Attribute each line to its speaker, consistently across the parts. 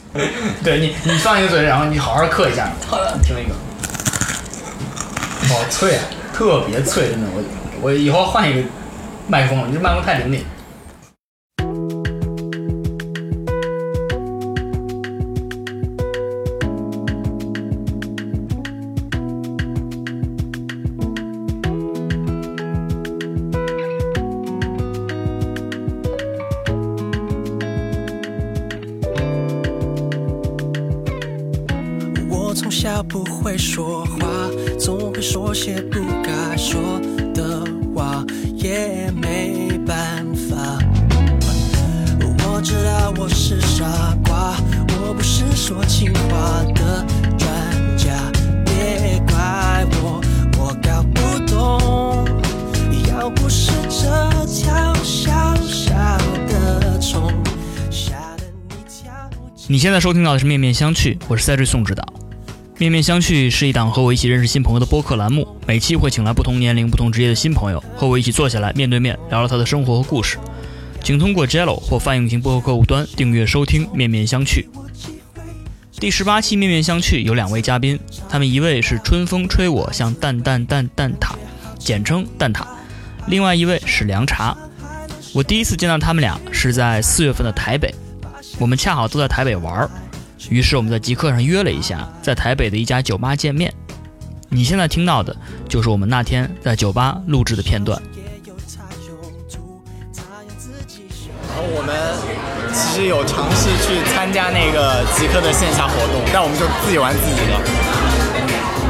Speaker 1: 对你，你上一个嘴，然后你好好嗑一下，
Speaker 2: 好的，
Speaker 1: 听那个，好脆啊，特别脆，真的。我我以后换一个麦克风，你这麦克风太灵敏。
Speaker 3: 我从小不会说话，总会说些不该说的话，也没办法。我知道我是傻瓜，我不是说情话的专家，别怪我，我搞不懂。要不是这条小小的虫，吓得你跳进。
Speaker 4: 你现在收听到的是《面面相觑》，我是赛瑞宋指导。《面面相觑》是一档和我一起认识新朋友的播客栏目，每期会请来不同年龄、不同职业的新朋友，和我一起坐下来面对面聊聊他的生活和故事。请通过 Jello 或泛用型播客客户端订阅收听《面面相觑》。第十八期《面面相觑》有两位嘉宾，他们一位是春风吹我像蛋蛋蛋蛋挞，简称蛋挞，另外一位是凉茶。我第一次见到他们俩是在四月份的台北，我们恰好都在台北玩儿，于是我们在极客上约了一下，在台北的一家酒吧见面。你现在听到的就是我们那天在酒吧录制的片段。
Speaker 5: 然后我们其实有尝试去参加那个极客的线下活动，但我们就自己玩自己的。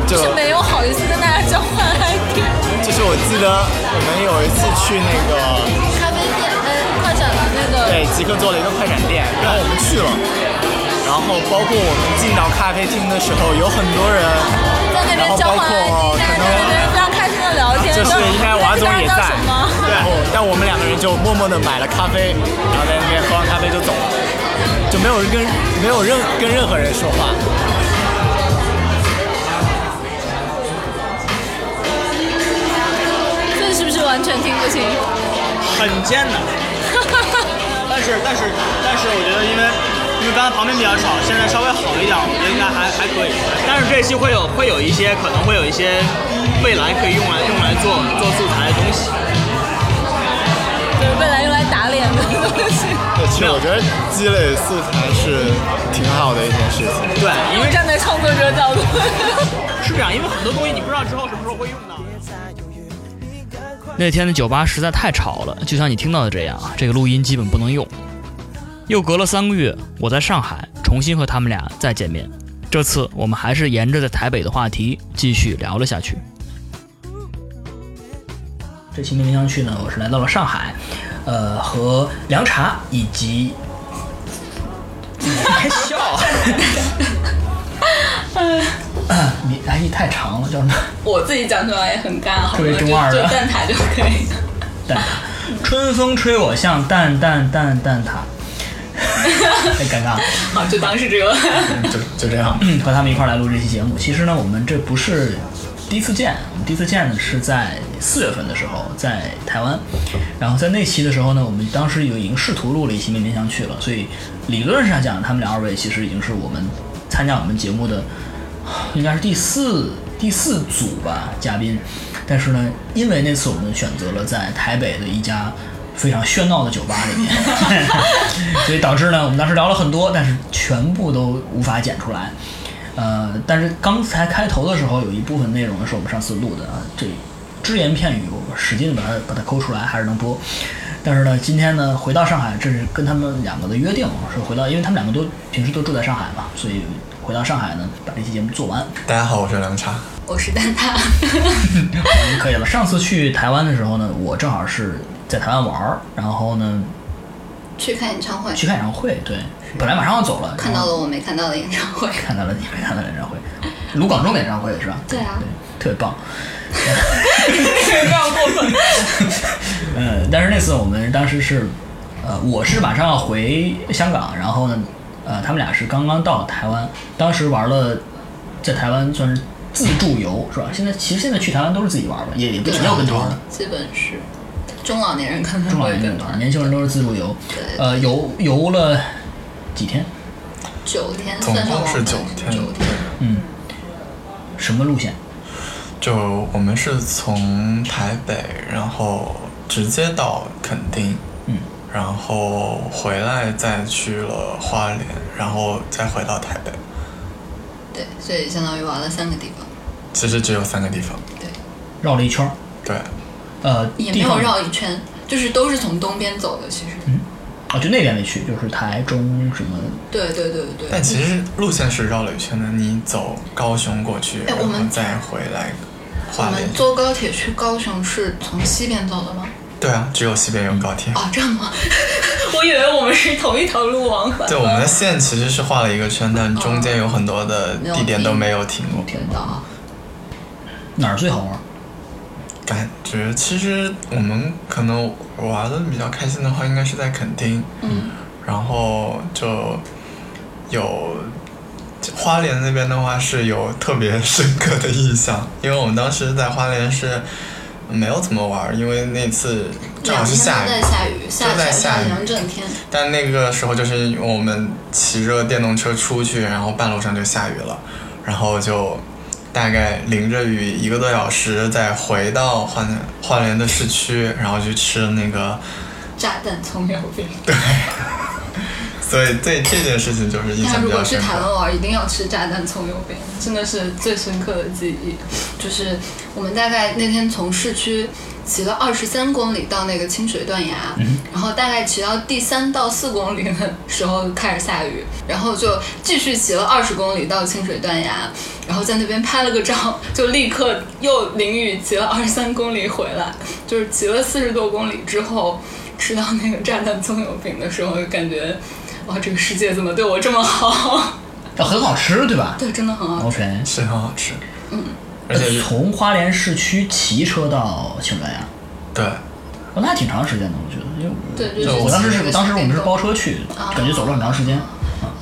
Speaker 5: 就是
Speaker 2: 没有好意思跟大家交换 ID。
Speaker 5: 就是我记得我们有一次去那个
Speaker 2: 咖啡店，呃，快闪的那个
Speaker 5: 对极客做了一个快闪店，然后我们去了，然后包括我们进到咖啡厅的时候，有很多人
Speaker 2: 在那边交换 ID，大家在那边非常开心的聊天。哎
Speaker 5: 就是应该娃总也
Speaker 2: 大家叫
Speaker 5: 在
Speaker 2: 什么？，
Speaker 5: 然后但我们两个人就默默的买了咖啡，然后在那边喝完咖啡就走了，就没有人跟没有任跟任何人说话。
Speaker 2: 所以是不是完全听不清？
Speaker 4: 很艰难。但是但是但是，我觉得因为因为刚才旁边比较吵，现在稍微好一点，我觉得应该还还可以。但是这期会有会有一些可能会有一些未来可以用来用来做做素材的东西。
Speaker 2: 就是未来用来打脸的东西。
Speaker 5: 对，其实我觉得积累素材是挺好的一件事情。
Speaker 4: 对，因为
Speaker 2: 站在创作者角度，
Speaker 4: 是这样，因为很多东西你不知道之后什么时候会用到。那天的酒吧实在太吵了，就像你听到的这样，这个录音基本不能用。又隔了三个月，我在上海重新和他们俩再见面，这次我们还是沿着在台北的话题继续聊了下去。这期面面相觑呢，我是来到了上海，呃，和凉茶以及。还笑， 你哎，你太长了，叫什么？
Speaker 2: 我自己讲出来也很尬，好
Speaker 4: 特别
Speaker 2: 吗？就
Speaker 4: 中二
Speaker 2: 就
Speaker 4: 的
Speaker 2: 蛋挞就可以了。
Speaker 4: 蛋挞。春风吹我像蛋蛋蛋蛋 挞，太尴尬了。
Speaker 2: 好，就当是这个。
Speaker 5: 就就这样。
Speaker 4: 嗯和他们一块儿来录这期节目。其实呢，我们这不是第一次见，我们第一次见呢是在四月份的时候，在台湾。然后在那期的时候呢，我们当时有已经试图录了一期《面面相觑》了，所以理论上讲，他们俩二位其实已经是我们参加我们节目的应该是第四第四组吧嘉宾。但是呢，因为那次我们选择了在台北的一家非常喧闹的酒吧里面，所以导致呢，我们当时聊了很多，但是全部都无法剪出来。呃，但是刚才开头的时候有一部分内容呢是我们上次录的啊，这只言片语，我使劲地把它把它抠出来，还是能播。但是呢，今天呢，回到上海，这是跟他们两个的约定，是回到，因为他们两个都平时都住在上海嘛，所以回到上海呢，把这期节目做完，
Speaker 5: 大家好，我是凉茶。
Speaker 2: 我是蛋挞，
Speaker 4: 就可以了。上次去台湾的时候呢，我正好是在台湾玩儿，然后呢
Speaker 2: 去看演唱会，
Speaker 4: 去看演唱会，对，本来马上要走了，
Speaker 2: 看到了我没看到的演唱会。
Speaker 4: 看到了你没看到演唱会，卢广仲的演唱会是吧？
Speaker 2: 对啊
Speaker 4: 对，特别棒。
Speaker 2: 非常过分。
Speaker 4: 嗯，但是那次我们当时是，呃，我是马上要回香港，然后呢，呃，他们俩是刚刚到台湾，当时玩了，在台湾算是自助游是吧？现在其实现在去台湾都是自己玩吧，也也不没有跟团的，
Speaker 2: 基本是中老年人可能
Speaker 4: 中老
Speaker 2: 会
Speaker 4: 年人跟
Speaker 2: 跟
Speaker 4: 团，
Speaker 2: 团。
Speaker 4: 年轻人都是自助游
Speaker 2: 对，
Speaker 4: 呃，游游了几天？
Speaker 2: 九天，
Speaker 6: 总
Speaker 2: 算上
Speaker 6: 共
Speaker 2: 往
Speaker 6: 是
Speaker 2: 返
Speaker 6: 九天
Speaker 2: 九
Speaker 6: 对
Speaker 2: 天，
Speaker 4: 什么路线？
Speaker 6: 就我们是从台北，然后直接到垦丁，
Speaker 4: 嗯，
Speaker 6: 然后回来再去了花莲，然后再回到台北。
Speaker 2: 对，所以相当于玩了三个地方，
Speaker 6: 其实只有三个地方，
Speaker 4: 绕了一圈儿，
Speaker 6: 对，
Speaker 4: 呃，
Speaker 2: 也
Speaker 4: 地
Speaker 2: 没有
Speaker 4: 方
Speaker 2: 绕一圈，就是都是从东边走的，其实，
Speaker 6: 嗯
Speaker 4: 啊，就那边没去，就是台中什么，
Speaker 2: 对对对对对
Speaker 6: 但。其实路线是绕了一圈的，你走高雄过去，
Speaker 2: 哎
Speaker 6: 然
Speaker 2: 我们
Speaker 6: 后再回来
Speaker 2: 我
Speaker 6: 花莲
Speaker 2: 们。坐高铁去高雄是从西边走的吗？
Speaker 6: 对啊，只有西边有高铁。
Speaker 2: 哦，这样吗？ 我以为我们是同一条路往 返。
Speaker 6: 对，我们的线其实是画了一个圈，但中间有很多
Speaker 2: 哦
Speaker 6: 的地点都没有停过。
Speaker 2: 天哪！
Speaker 4: 哪儿最好玩？
Speaker 6: 感觉其实我们可能玩的比较开心的话，应该是在垦丁，
Speaker 2: 嗯，
Speaker 6: 然后就有花莲那边的话是有特别深刻的印象，因为我们当时在花莲是没有怎么玩，因为那次正好
Speaker 2: 两
Speaker 6: 是
Speaker 2: 天都
Speaker 6: 下雨
Speaker 2: 在，下雨，下
Speaker 6: 都在下雨
Speaker 2: 两整天。
Speaker 6: 但那个时候就是我们骑着电动车出去，然后半路上就下雨了，然后就大概淋着雨一个多小时，再回到花莲花莲的市区，然后去吃那个，
Speaker 2: 炸弹葱油饼。
Speaker 6: 所以对这件事情就是印
Speaker 2: 大家
Speaker 6: 象
Speaker 2: 如
Speaker 6: 比
Speaker 2: 果
Speaker 6: 较
Speaker 2: 去
Speaker 6: 深
Speaker 2: 台
Speaker 6: 刻。
Speaker 2: 湾玩，一定要吃炸弹葱油饼，真的是最深刻的记忆。就是我们大概那天从市区骑了二十三公里到那个清水断崖，然后大概骑到第三到四公里的时候开始下雨，然后就继续骑了二十公里到清水断崖，然后在那边拍了个照，就立刻又淋雨骑了二十三公里回来，就是骑了四十多公里之后。吃到那个炸弹葱油饼的时候，就感觉哇，这个世界怎么对我这么好？
Speaker 4: 啊，很好吃，对吧
Speaker 2: 对，真的很好。
Speaker 4: ？OK，
Speaker 6: 是很好吃，
Speaker 2: 嗯
Speaker 6: 而且
Speaker 4: 呃从花莲市区骑车到青山呀，
Speaker 6: 对，
Speaker 4: 哦，那还挺长时间的，我觉得，因为我
Speaker 2: 对就是
Speaker 4: 我当时是
Speaker 2: 骑
Speaker 4: 我当时我们
Speaker 2: 骑
Speaker 4: 是
Speaker 2: 电动
Speaker 4: 包车去，感觉走了很长时间。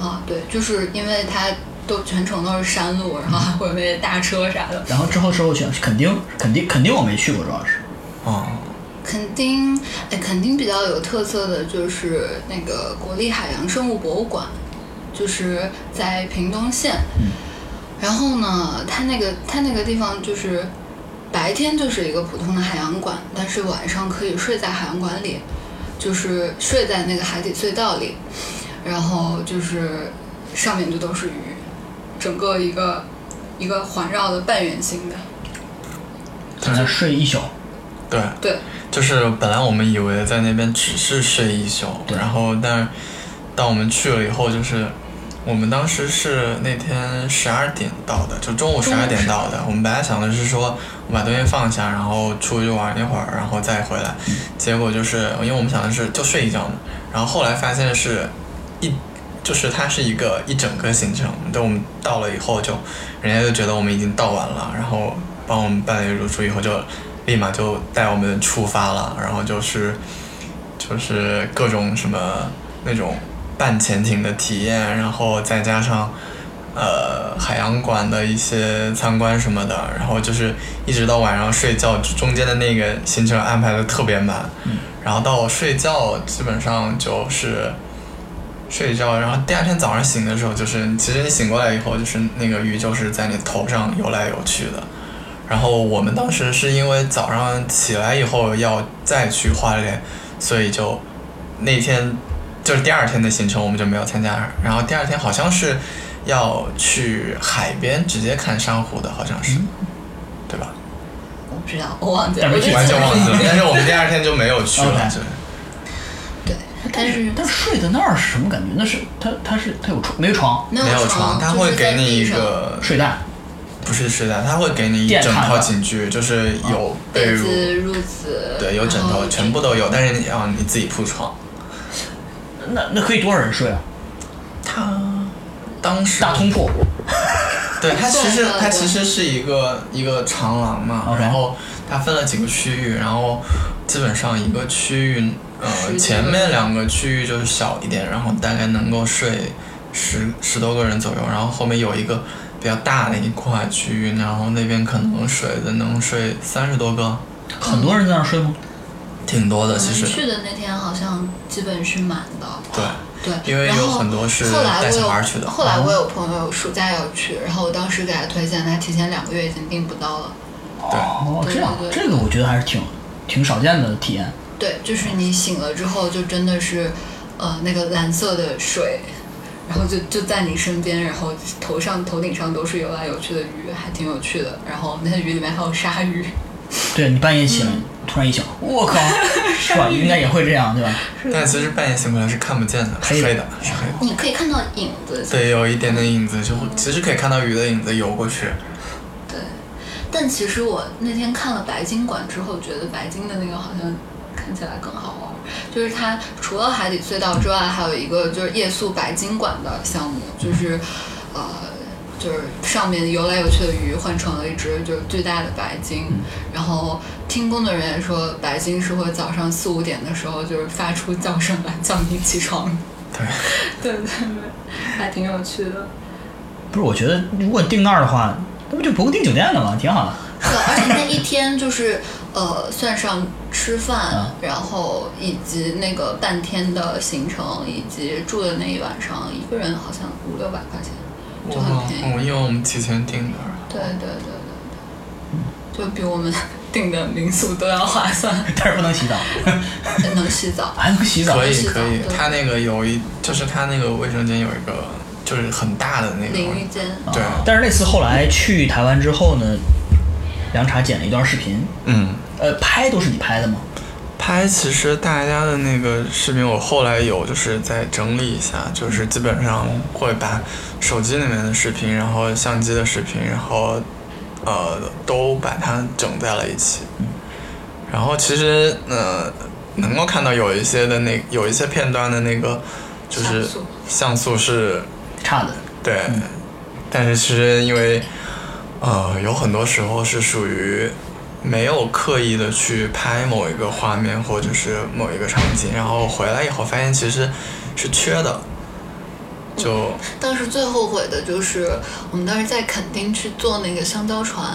Speaker 2: 啊，对，就是因为它都全程都是山路，然后还会有那些大车啥的。
Speaker 4: 然后之后之后去肯定肯定肯定我没去过，主要是
Speaker 6: 哦，
Speaker 2: 肯丁，哎，肯丁比较有特色的就是那个国立海洋生物博物馆，就是在屏东县。然后呢，它那个它那个地方就是白天就是一个普通的海洋馆，但是晚上可以睡在海洋馆里，就是睡在那个海底隧道里，然后就是上面就都是鱼，整个一个一个环绕的半圆形的，
Speaker 4: 在那睡一宿，
Speaker 6: 对，
Speaker 2: 对，
Speaker 6: 就是本来我们以为在那边只是睡一宿，
Speaker 4: 对
Speaker 6: 然后但当我们去了以后，就是我们当时是那天十二点到的，就中午十二点到的。我们本来想的是说，我把东西放下，然后出去玩一会儿，然后再回来。结果就是因为我们想的是就睡一觉嘛，然后后来发现是一。就是它是一个一整个行程，等我们到了以后就，人家就觉得我们已经到完了，然后帮我们办理入住以后就立马就带我们出发了，然后就是就是各种什么那种半潜艇的体验，然后再加上呃海洋馆的一些参观什么的，然后就是一直到晚上睡觉，中间的那个行程安排的特别满，然后到我睡觉基本上就是。睡一觉，然后第二天早上醒的时候，就是其实你醒过来以后，就是那个鱼就是在你头上游来游去的，然后我们当时是因为早上起来以后要再去花莲，所以就那天就是第二天的行程我们就没有参加。然后第二天好像是要去海边直接看珊瑚的，好像是，对吧？
Speaker 2: 我不知道，我忘记了，
Speaker 4: 但
Speaker 2: 我
Speaker 4: 是
Speaker 2: 就记
Speaker 6: 完
Speaker 2: 得
Speaker 6: 全忘记了。
Speaker 2: 是
Speaker 6: 但是我们第二天就没有去了
Speaker 4: OK
Speaker 6: 就是
Speaker 2: 对，但是
Speaker 4: 但睡在那儿是什么感觉？那是它它是它有床没有床
Speaker 2: 没
Speaker 6: 没有
Speaker 2: 床，
Speaker 6: 他
Speaker 2: 就是
Speaker 6: 会
Speaker 2: 在
Speaker 6: 给你
Speaker 2: 地
Speaker 6: 一
Speaker 2: 上，
Speaker 6: 个
Speaker 4: 睡袋，
Speaker 6: 不是睡袋，他会给你一
Speaker 4: 电
Speaker 6: 整
Speaker 4: 毯
Speaker 6: 套
Speaker 4: 的哦
Speaker 6: 寝具，就是有被
Speaker 2: 被
Speaker 6: 褥，
Speaker 2: 子、褥子，
Speaker 6: 对，有枕
Speaker 2: 然
Speaker 6: 头，
Speaker 2: 后
Speaker 6: 全部都有，但是你要你自己铺床。
Speaker 4: 那那可以多少人睡啊？
Speaker 6: 他当时
Speaker 4: 大通铺，
Speaker 6: 对，它其实
Speaker 2: 对对
Speaker 6: 它
Speaker 2: 对
Speaker 6: 其实是一个一个长廊嘛，
Speaker 4: OK
Speaker 6: 然后它分了几个区域，然后基本上一个区域，
Speaker 2: 十
Speaker 6: 呃，
Speaker 2: 几
Speaker 6: 前
Speaker 2: 个
Speaker 6: 面
Speaker 2: 人
Speaker 6: 两个区域就是小一点，然后大概能够睡十十多个人左右，然后后面有一个比较大的一块区域，然后那边可能睡的能睡三十多个，
Speaker 4: 很多人哦在那儿睡吗？
Speaker 6: 挺多的
Speaker 2: 我
Speaker 6: 其
Speaker 2: 们
Speaker 6: 实。
Speaker 2: 去的那天好像基本是满的，
Speaker 6: 对，
Speaker 2: 对，
Speaker 6: 因为
Speaker 2: 然
Speaker 6: 有
Speaker 2: 后
Speaker 6: 很多是
Speaker 2: 后来我
Speaker 6: 带小
Speaker 2: 有
Speaker 6: 孩儿去的嗯
Speaker 2: 后来我有朋友暑假要去，然后我当时给他推荐，他提前两个月已经订不到了。
Speaker 4: 哦，这样，
Speaker 2: 对对对
Speaker 4: 这个我觉得还是挺挺少见的体验。
Speaker 2: 对，就是你醒了之后，就真的是，呃，那个蓝色的水，然后就就在你身边，然后头上头顶上都是游来游去的鱼，还挺有趣的。然后那些鱼里面还有鲨鱼，
Speaker 4: 对你半夜起
Speaker 2: 嗯
Speaker 4: 来，突然一想，我 靠，是吧？应该也会这样，对吧？
Speaker 6: 但其实半夜醒过来是看不见的，是
Speaker 4: 黑的
Speaker 6: 黑的，
Speaker 2: 嗯
Speaker 6: 是黑的。
Speaker 2: 你可以看到影子。
Speaker 6: 对，有一点点影子，就会其实可以看到鱼的影子游过去。
Speaker 2: 但其实我那天看了白金馆之后，觉得白金的那个好像看起来更好玩。就是它除了海底隧道之外，还有一个就是夜宿白金馆的项目，就是呃，就是上面游来游去的鱼换成了一只就是最大的白鲸，然后听工作人员说，白鲸是会早上四五点的时候就是发出叫声来叫你起床。
Speaker 6: 对，
Speaker 2: 对对对，还挺有趣的。
Speaker 4: 不是，我觉得如果订那儿的话，那不就不用订酒店了吗？挺好的。
Speaker 2: 对，而且那一天就是呃，算上吃饭
Speaker 4: 啊，
Speaker 2: 然后以及那个半天的行程，以及住的那一晚上，一个人好像五六百块钱，就很便宜。
Speaker 6: 我哦因为我们提前订的，
Speaker 2: 对对对对对，就比我们 订的民宿都要划算，
Speaker 4: 但是不能洗澡，
Speaker 2: 能洗澡。
Speaker 4: 还能洗澡
Speaker 6: 可以
Speaker 2: 是的
Speaker 6: 可以
Speaker 2: 对。
Speaker 6: 它那个有一，就是它那个卫生间有一个，就是很大的那
Speaker 2: 淋浴
Speaker 6: 种。
Speaker 2: 间，
Speaker 6: 对，
Speaker 4: 但是那次后来去台湾之后呢，凉茶剪了一段视频，
Speaker 6: 嗯，
Speaker 4: 呃，拍都是你拍的吗？
Speaker 6: 拍其实大家的那个视频，我后来有就是再整理一下，就是基本上会把手机里面的视频，然后相机的视频，然后呃都把它整在了一起。然后其实呃能够看到有一些的那有一些片段的那个就是
Speaker 2: 像素
Speaker 6: 像素是
Speaker 4: 差的，
Speaker 6: 对，但是其实因为，呃，有很多时候是属于没有刻意的去拍某一个画面或者是某一个场景，然后回来以后发现其实是缺的，就
Speaker 2: 当时最后悔的就是我们当时在垦丁去坐那个香蕉船，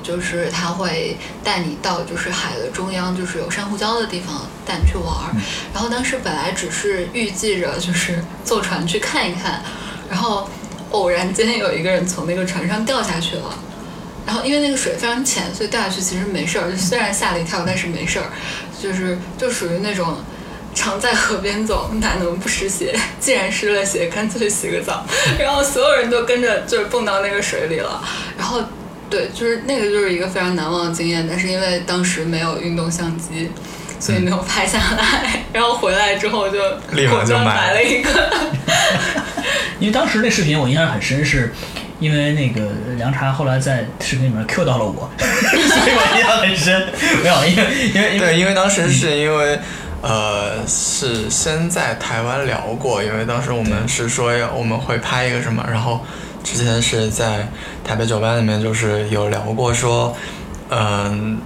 Speaker 2: 就是它会带你到就是海的中央，就是有珊瑚礁的地方带你去玩儿。然后当时本来只是预计着就是坐船去看一看，然后偶然间有一个人从那个船上掉下去了。然后因为那个水非常浅，所以掉下去其实没事儿，就虽然吓了一跳，但是没事儿，就是就属于那种。常在河边走，哪能不湿鞋？ 既然湿了鞋，干脆洗个澡。然后所有人都跟着就是蹦到那个水里了。然后，对，就是那个就是一个非常难忘的经验。但是因为当时没有运动相机，所以没有拍下来。 然后回来之后就
Speaker 6: 嗯立马就
Speaker 2: 果断
Speaker 6: 买
Speaker 2: 买
Speaker 6: 了
Speaker 2: 了一个。
Speaker 4: 因为当时那视频我印象很深，是因为那个凉茶后来在视频里面 Q 到了我， 所以我印象很深。没有，因为因为因为嗯
Speaker 6: 对，因为当时是因为。呃，是先在台湾聊过，因为当时我们是说要我们会拍一个什么，然后之前是在台北酒吧里面就是有聊过说，嗯、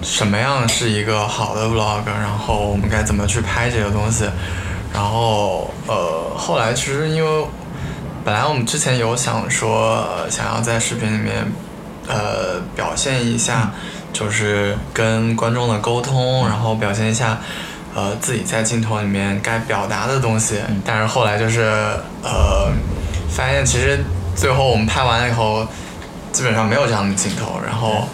Speaker 6: 什么样是一个好的 vlog，然后我们该怎么去拍这个东西，然后呃，后来其实因为本来我们之前有想说、呃想要在视频里面呃表现一下，就是跟观众的沟通，然后表现一下。呃，自己在镜头里面该表达的东西，但是后来就是呃，发现其实最后我们拍完了以后，基本上没有这样的镜头，然后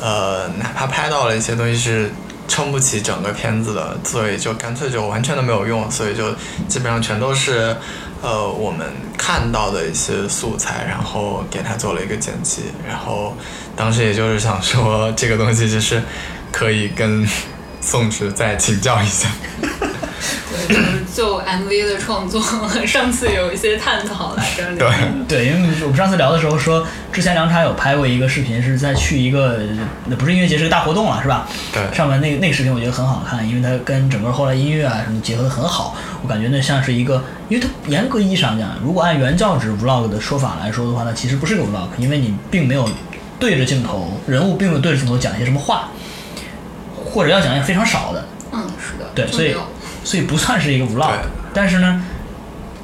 Speaker 6: 呃，哪怕拍到了一些东西是撑不起整个片子的，所以就干脆就完全都没有用，所以就基本上全都是呃我们看到的一些素材，然后给它做了一个剪辑，然后当时也就是想说这个东西就是可以跟宋植再请教一下，
Speaker 2: 对，就是就 MV 的创作， 上次有一些探讨来着。
Speaker 6: 对。
Speaker 4: 对，因为我们上次聊的时候说，之前凉茶有拍过一个视频，是在去一个那不是音乐节，是个大活动了，是吧？
Speaker 6: 对
Speaker 4: 上面那那个视频我觉得很好看，因为它跟整个后来音乐啊什么结合的很好，我感觉那像是一个，因为它严格意义上讲，如果按原教旨 vlog 的说法来说的话，那其实不是个 vlog，因为你并没有对着镜头，人物并没有对着镜头讲一些什么话，或者要讲也非常少的，
Speaker 2: 嗯，是的。
Speaker 4: 对，
Speaker 2: 就
Speaker 4: 所
Speaker 2: 没
Speaker 4: 以
Speaker 2: 有
Speaker 4: 所以不算是一个 vlog，
Speaker 6: 对
Speaker 4: 但是呢，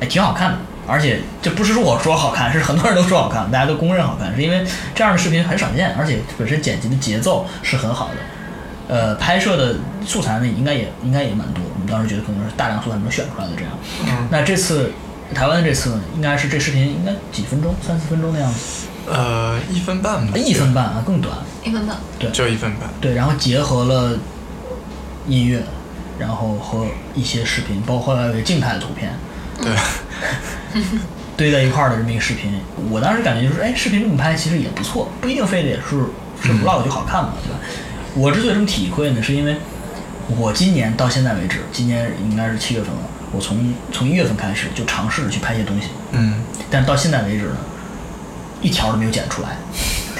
Speaker 4: 哎，挺好看的。而且这不是说我说好看，是很多人都说好看，大家都公认好看，是因为这样的视频很少见，而且本身剪辑的节奏是很好的。呃，拍摄的素材呢，应该也应该也蛮多。我们当时觉得可能是大量素材能选出来的这样。那这次台湾的这次呢，应该是这视频应该几分钟，三四分钟的样子，
Speaker 6: 呃，一分半吧，
Speaker 4: 一分半啊，更短。
Speaker 2: 一分半，
Speaker 6: 就一分半。
Speaker 4: 对，然后结合了音乐，然后和一些视频，包括还有一个静态的图片
Speaker 6: 对，
Speaker 4: 堆在一块儿的这么一个视频。我当时感觉就是，哎，视频这么拍其实也不错，不一定非得是是 vlog 就好看嘛，对吧？我之所以这么体会呢，是因为我今年到现在为止，今年应该是七月份了，我从从一月份开始就尝试着去拍一些东西，
Speaker 6: 嗯，
Speaker 4: 但到现在为止呢，一条都没有剪出来。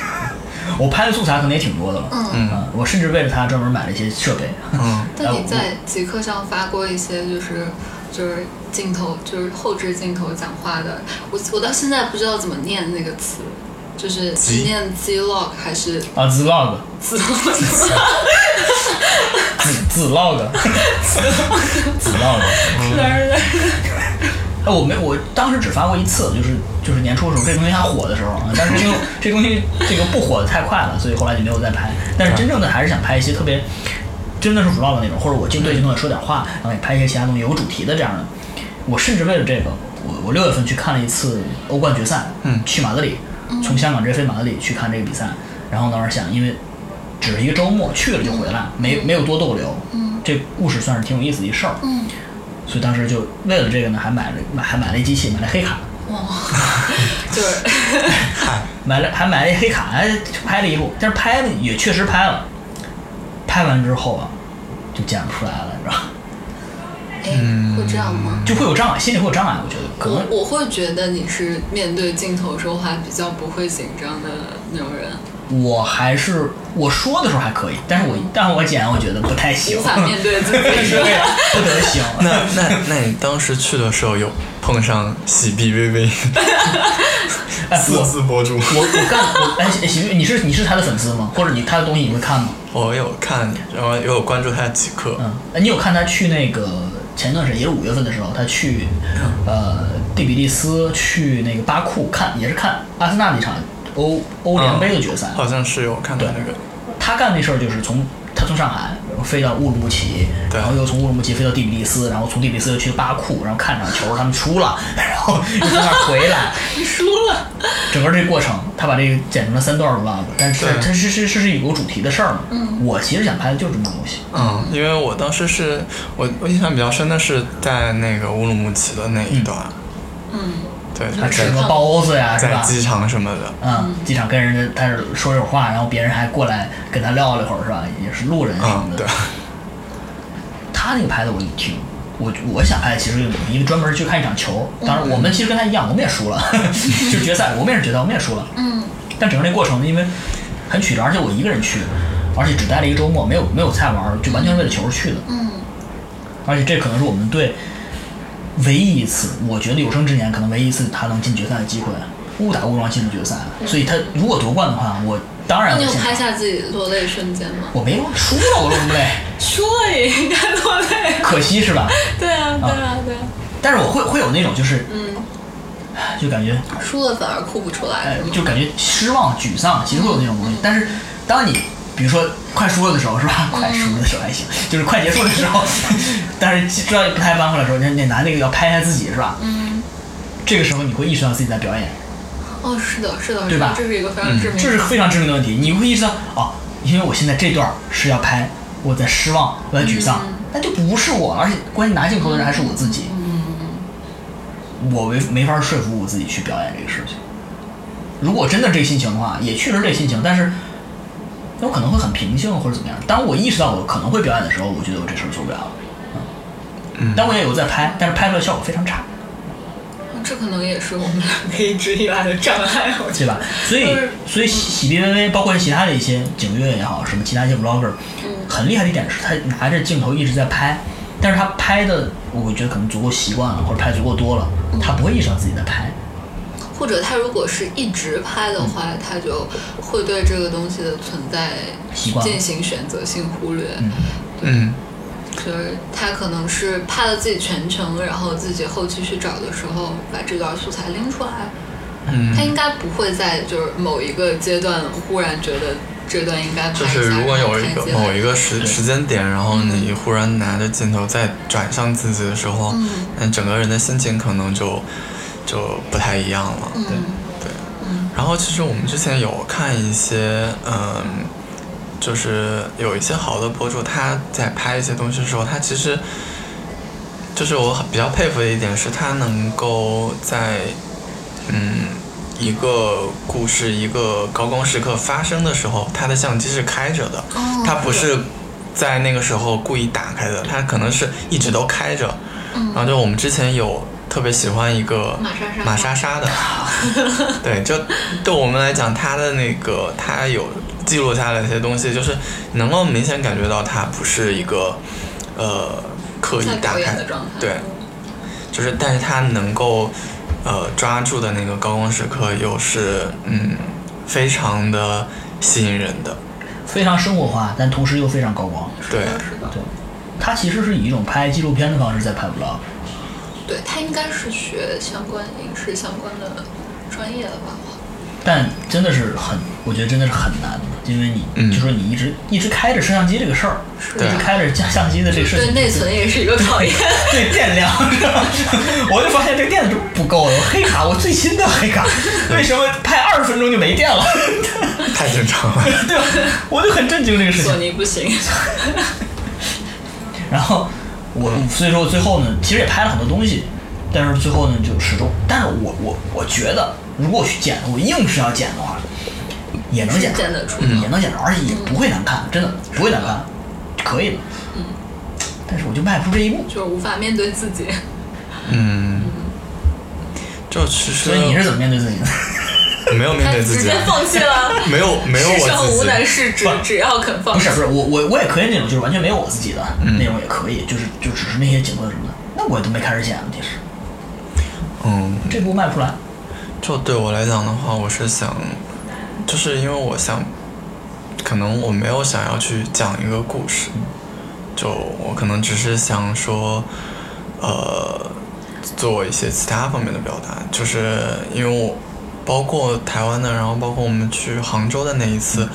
Speaker 4: 我拍的素材可能也挺多的了，
Speaker 6: 嗯
Speaker 4: 啊我甚至为了它专门买了一些设备，
Speaker 6: 嗯，
Speaker 2: 但
Speaker 4: 哎
Speaker 2: 你
Speaker 4: 我
Speaker 2: 在极客上发过一些就是就是镜头就是后置镜头讲话的，我我到现在不知道怎么念那个词，就是是
Speaker 6: 极
Speaker 2: 念 zlog 还 是
Speaker 4: 啊，Zlog，
Speaker 2: zlog？
Speaker 4: 自 log，自 log，哎，我没，我当时只发过一次，就是就是年初的时候，这东西还火的时候啊，但是这 个这东西这个不火的太快了，所以后来就没有再拍。但是真正的还是想拍一些特别真的是 vlog 那种，或者我就对这东西说点话，然后也拍一些其他东西有个主题的这样的。我甚至为了这个，我我六月份去看了一次欧冠决赛，
Speaker 6: 嗯
Speaker 4: 去马德里，从香港直接飞马德里去看这个比赛。然后当时想，因为只是一个周末，去了就回来，没没有多逗留。嗯，这故事算是挺有意思的一事儿。嗯，所以当时就为了这个呢，还买了买还买了一机器，买了黑卡，
Speaker 2: 就是
Speaker 4: 买了还买了一黑卡，哎，拍了一部，但是拍了也确实拍了，拍完之后啊，就剪不出来了，你知道吧，
Speaker 2: 哎，会这样吗？
Speaker 4: 就会有障碍，心里会有障碍，我觉得嗯可能
Speaker 2: 我我会觉得你是面对镜头说话比较不会紧张的那种人，
Speaker 4: 我还是我说的时候还可以，但是我但我剪我觉得不太行
Speaker 2: 嗯无，法面对 自己是吧
Speaker 4: 对，不得行。
Speaker 6: 那那那你当时去的时候有碰上喜碧 薇薇
Speaker 4: 哎
Speaker 6: 四
Speaker 4: 我
Speaker 6: 字博主？
Speaker 4: 我我干我哎喜喜剧，你是你是他的粉丝吗？或者你他的东西你会看吗？
Speaker 6: 我有看，然后也有关注他的极客，
Speaker 4: 嗯，哎你有看他去那个前段时间也是五月份的时候，他去
Speaker 6: 嗯
Speaker 4: 呃第比利斯去那个巴库看，也是看阿森纳那场欧欧联杯的决赛。
Speaker 6: 好像是有看到那个，
Speaker 4: 他干那事儿就是从他从上海飞到乌鲁木齐，
Speaker 6: 对
Speaker 4: 然后又从乌鲁木齐飞到第比利斯，然后从第比利斯又去巴库，然后看场球，他们输了， 然后又从那儿回来，
Speaker 2: 输了，
Speaker 4: 整个这个过程，他把这个剪成了三段 vlog，但是
Speaker 6: 对
Speaker 4: 它是是是是有个主题的事儿嘛。嗯，我其实想拍的就是这种东西。
Speaker 6: 嗯，因为我当时是我我印象比较深的是在那个乌鲁木齐的那一段，嗯，对，他
Speaker 4: 还吃什么
Speaker 2: 嗯
Speaker 4: 包子呀，是
Speaker 6: 在
Speaker 4: 吧？
Speaker 6: 机场什么的，
Speaker 4: 嗯，机场跟人家他是说这种话，然后别人还过来跟他聊了一会儿，是吧？也是路人什么
Speaker 6: 嗯，
Speaker 4: 的。
Speaker 6: 对，
Speaker 4: 他那个拍的我就挺，我我想拍的其实有一个专门去看一场球，当然我们其实跟他一样，我们也输了， 就是决赛，我们也是决赛，我们也输了。嗯。但整个那过程呢，因为很曲折，而且我一个人去，而且只待了一个周末，没有没有菜玩儿，就完全是为了球去的。嗯。而且这可能是我们队唯一一次，我觉得有生之年可能唯一一次他能进决赛的机会，误打误撞进了决赛。所以他如果夺冠的话，啊我当然
Speaker 2: 嗯那
Speaker 4: 会
Speaker 2: 你有
Speaker 4: 现
Speaker 2: 拍
Speaker 4: 场。
Speaker 2: 下自己落泪瞬间吗？
Speaker 4: 我没有输了，我落不累，
Speaker 2: 输了也应该落泪 啊，
Speaker 4: 可惜是吧？
Speaker 2: 对啊，对啊，对啊，
Speaker 4: 但是我会会有那种就是，嗯，就感觉
Speaker 2: 输了反而哭不出来
Speaker 4: 呃
Speaker 2: 是吗，
Speaker 4: 就感觉失望、沮丧，其实会有那种东西。但是当你比如说快输了的时候，是吧？快输了的时候还行，
Speaker 2: 嗯
Speaker 4: 就是快结束的 时候，但是知道不太扳回来的时候，你你拿那个要拍一下自己，是吧？嗯。这个时候你会意识到自己在表演，
Speaker 2: 哦，是的，是的，
Speaker 4: 对吧嗯
Speaker 2: 是的这是一个非常致命的，
Speaker 4: 这是非常致命的问题。你会意识到哦，因为我现在这段是要拍，我在失望，我在沮丧，那就不是我，而且关键拿镜头的人还是我自己。我没没法说服我自己去表演这个事情。如果真的这个心情的话，也确实这心情，但是那我可能会很平静或者怎么样。当我意识到我可能会表演的时候，我觉得我这事儿做不了了。嗯，但我也有在拍，但是拍出来效果非常差，
Speaker 2: 这可能也是我们两个一直以来的障碍，我觉
Speaker 4: 对
Speaker 2: 得。
Speaker 4: 吧？所以
Speaker 2: 就是，
Speaker 4: 所以喜喜 B 微微，包括其他的一些景乐也好，什么其他一些 vlogger，很
Speaker 2: 嗯
Speaker 4: 厉害的一点是，他拿着镜头一直在拍，但是他拍的，我觉得可能足够习惯了，或者拍足够多了，他不会意识到自己在拍。
Speaker 2: 或者他如果是一直拍的话，
Speaker 4: 嗯
Speaker 2: 他就会对这个东西的存在
Speaker 4: 习惯了
Speaker 2: 进行选择性忽略，
Speaker 6: 嗯，
Speaker 2: 就是他可能是
Speaker 4: 嗯
Speaker 2: 拍了自己全程，然后自己后期去找的时候把这段素材拎出来，
Speaker 6: 嗯
Speaker 2: 他应该不会在就是某一个阶段忽然觉得这段应该拍一下
Speaker 6: 就是如果有一
Speaker 2: 然后
Speaker 6: 个
Speaker 2: 拍下来嗯
Speaker 6: 某一个时时间点，然后你忽然拿着镜头再转向自己的时候，
Speaker 2: 嗯
Speaker 6: 那整个人的心情可能就就不太一样了。
Speaker 2: 嗯
Speaker 6: 对对。然后其实我们之前有看一些，嗯，就是有一些好的博主，他在拍一些东西的时候，他其实就是我很比较佩服的一点是，他能够在嗯，一个故事、一个高光时刻发生的时候，他的相机是开着的，
Speaker 2: 哦
Speaker 6: 他不是在那个时候故意打开的，他可能是一直都开着。然后就我们之前有特别喜欢一个
Speaker 2: 嗯玛莎莎
Speaker 6: 玛莎莎的，对，就对我们来讲，他的那个他有记录下来一些东西，就是能够明显感觉到他不是一个呃刻意
Speaker 2: 在
Speaker 6: 打
Speaker 2: 表
Speaker 6: 开
Speaker 2: 演的状态，
Speaker 6: 对，就是但是他能够呃抓住的那个高光时刻，又是嗯非常的吸引人的，
Speaker 4: 非常生活化，但同时又非常高光。
Speaker 6: 对，
Speaker 4: 对，他其实是以一种拍纪录片的方式在拍 vlog。
Speaker 2: 对他应该是学相关影视相关的专业的吧？
Speaker 4: 但真的是很，我觉得真的是很难的，因为你、
Speaker 6: 嗯
Speaker 4: 就说你一直一直开着摄像机这个事儿，
Speaker 6: 对
Speaker 4: 一直开着相相机的这个事
Speaker 2: 对
Speaker 4: 情，
Speaker 2: 内存也是一个 考验。
Speaker 4: 对电量， 是吧我就发现这个电是不够的。我黑卡，我最新的黑卡， 为什么拍二十分钟就没电了？
Speaker 6: 太正常了。
Speaker 4: 对吧？我就很震惊这个事情
Speaker 2: 索。尼不行，
Speaker 4: 然后我所以说我最后呢，其实也拍了很多东西，但是最后呢就始终，但是我我我觉得如果我去剪，我硬是要剪的话，也能剪，
Speaker 2: 是剪得出
Speaker 4: 嗯也能剪着，而且也不会难看，真的不会难看，可以的。
Speaker 2: 嗯
Speaker 4: 但是我就迈不出这一步，
Speaker 2: 就是无法面对自己。
Speaker 6: 嗯，就其实
Speaker 4: 所以你是怎么面对自己的？
Speaker 6: 没有面对自
Speaker 2: 直
Speaker 6: 己啊
Speaker 2: 接，放弃了。
Speaker 6: 没有 没有
Speaker 2: 世
Speaker 6: 我
Speaker 2: 上无
Speaker 6: 自
Speaker 2: 难
Speaker 6: 己，
Speaker 2: 事，只
Speaker 4: 不
Speaker 2: 只要肯放
Speaker 4: 啊不
Speaker 2: 弃
Speaker 4: 是。不是，我我我也可以那种，就是完全没有我自己的、
Speaker 6: 嗯
Speaker 4: 那种也可以，就是就只是那些景色什么的，那我都没开始剪，问题是
Speaker 6: 嗯，
Speaker 4: 这步迈不出来。
Speaker 6: 就对我来讲的话，我是想，就是因为我想，可能我没有想要去讲一个故事，就我可能只是想说，呃，做一些其他方面的表达，就是因为我包括台湾的，然后包括我们去杭州的那一次，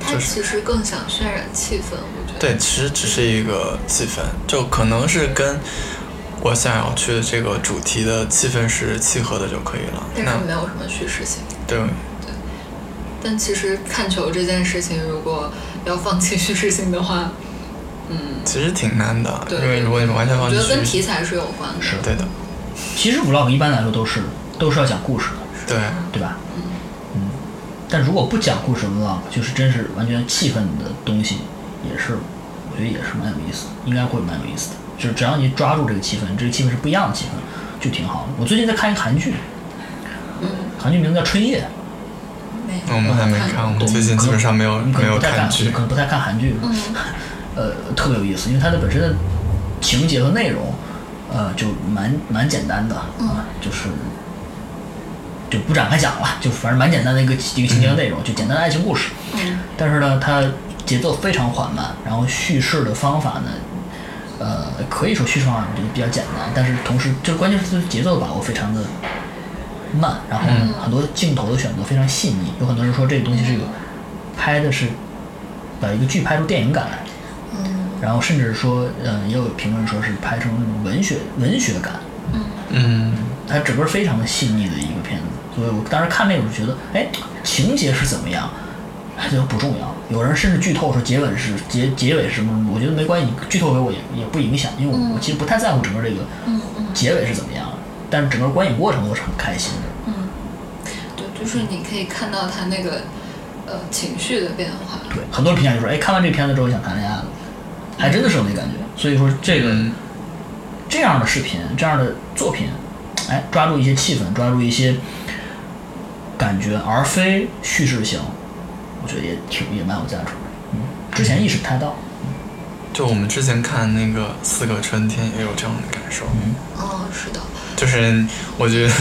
Speaker 2: 他
Speaker 6: 就是
Speaker 2: 其实更想渲染气氛，我觉得。
Speaker 6: 对，其实只是一个气氛，就可能是跟我想要去的这个主题的气氛是契合的就可以了。
Speaker 2: 但
Speaker 6: 那
Speaker 2: 是没有什么叙事性。
Speaker 6: 对，
Speaker 2: 但其实看球这件事情，如果要放弃叙事性的话，
Speaker 6: 其实挺难的，
Speaker 2: 对
Speaker 6: 因为如果你完全
Speaker 2: 我
Speaker 6: 放
Speaker 2: 觉
Speaker 6: 弃
Speaker 2: 得跟
Speaker 6: 去，
Speaker 2: 题材是有关的。
Speaker 4: 是
Speaker 6: 对的，
Speaker 4: 其实 vlog 一般来说都是都是要讲故事的，
Speaker 6: 对，
Speaker 4: 对吧？嗯，但如果不讲故事 vlog，就是真是完全气氛的东西，也是我觉得也是蛮有意思的，应该会蛮有意思的。就是只要你抓住这个气氛，这个气氛是不一样的气氛，就挺好的。我最近在看一个韩剧，韩剧名字叫《春夜》，
Speaker 2: 没有
Speaker 6: 那我们还没看，我们最近基本上没有
Speaker 4: 你可
Speaker 6: 没
Speaker 4: 能
Speaker 6: 有
Speaker 4: 不太
Speaker 6: 看
Speaker 4: 看
Speaker 6: 剧
Speaker 4: 可，能不太看韩剧，呃，特别有意思，因为它的本身的情节和内容，呃，就蛮蛮简单的，啊，就是就不展开讲了，就反正蛮简单的一个一个情节
Speaker 6: 嗯
Speaker 4: 和内容，就简单的爱情故事。
Speaker 2: 嗯
Speaker 4: 但是呢，它节奏非常缓慢，然后叙事的方法呢，呃，可以说叙事方法我觉得比较简单，但是同时就是关键是节奏的把握非常的慢，然后呢，很多镜头的选择非常细腻，有很多人说这个东西是有拍的是把一个剧拍出电影感来，然后甚至说，呃，也有评论说是拍成那种文学文学感，
Speaker 6: 嗯，
Speaker 4: 它整个非常的细腻的一个片子，所以我当时看那个我就觉得，哎，情节是怎么样，哎，这都不重要。有人甚至剧透说结尾是结结尾是什么，我觉得没关系，你剧透给我也也不影响，因为我、我其实不太在乎整个这个结尾是怎么样的，但是整个观影过程我是很开心的。
Speaker 2: 对，就是你可以看到他那个呃情绪的变化。
Speaker 4: 对，很多人评价就说，哎，看完这片子之后想谈恋爱了，还真的是有那感觉。所以说这个。
Speaker 6: 嗯
Speaker 4: 这样的视频、这样的作品，哎，抓住一些气氛，抓住一些感觉，而非叙事型，我觉得也挺也蛮有价值的。嗯，之前意识不太到，
Speaker 6: 就我们之前看那个《四个春天》也有这样的感受，
Speaker 2: 哦，是的，
Speaker 6: 就是我觉得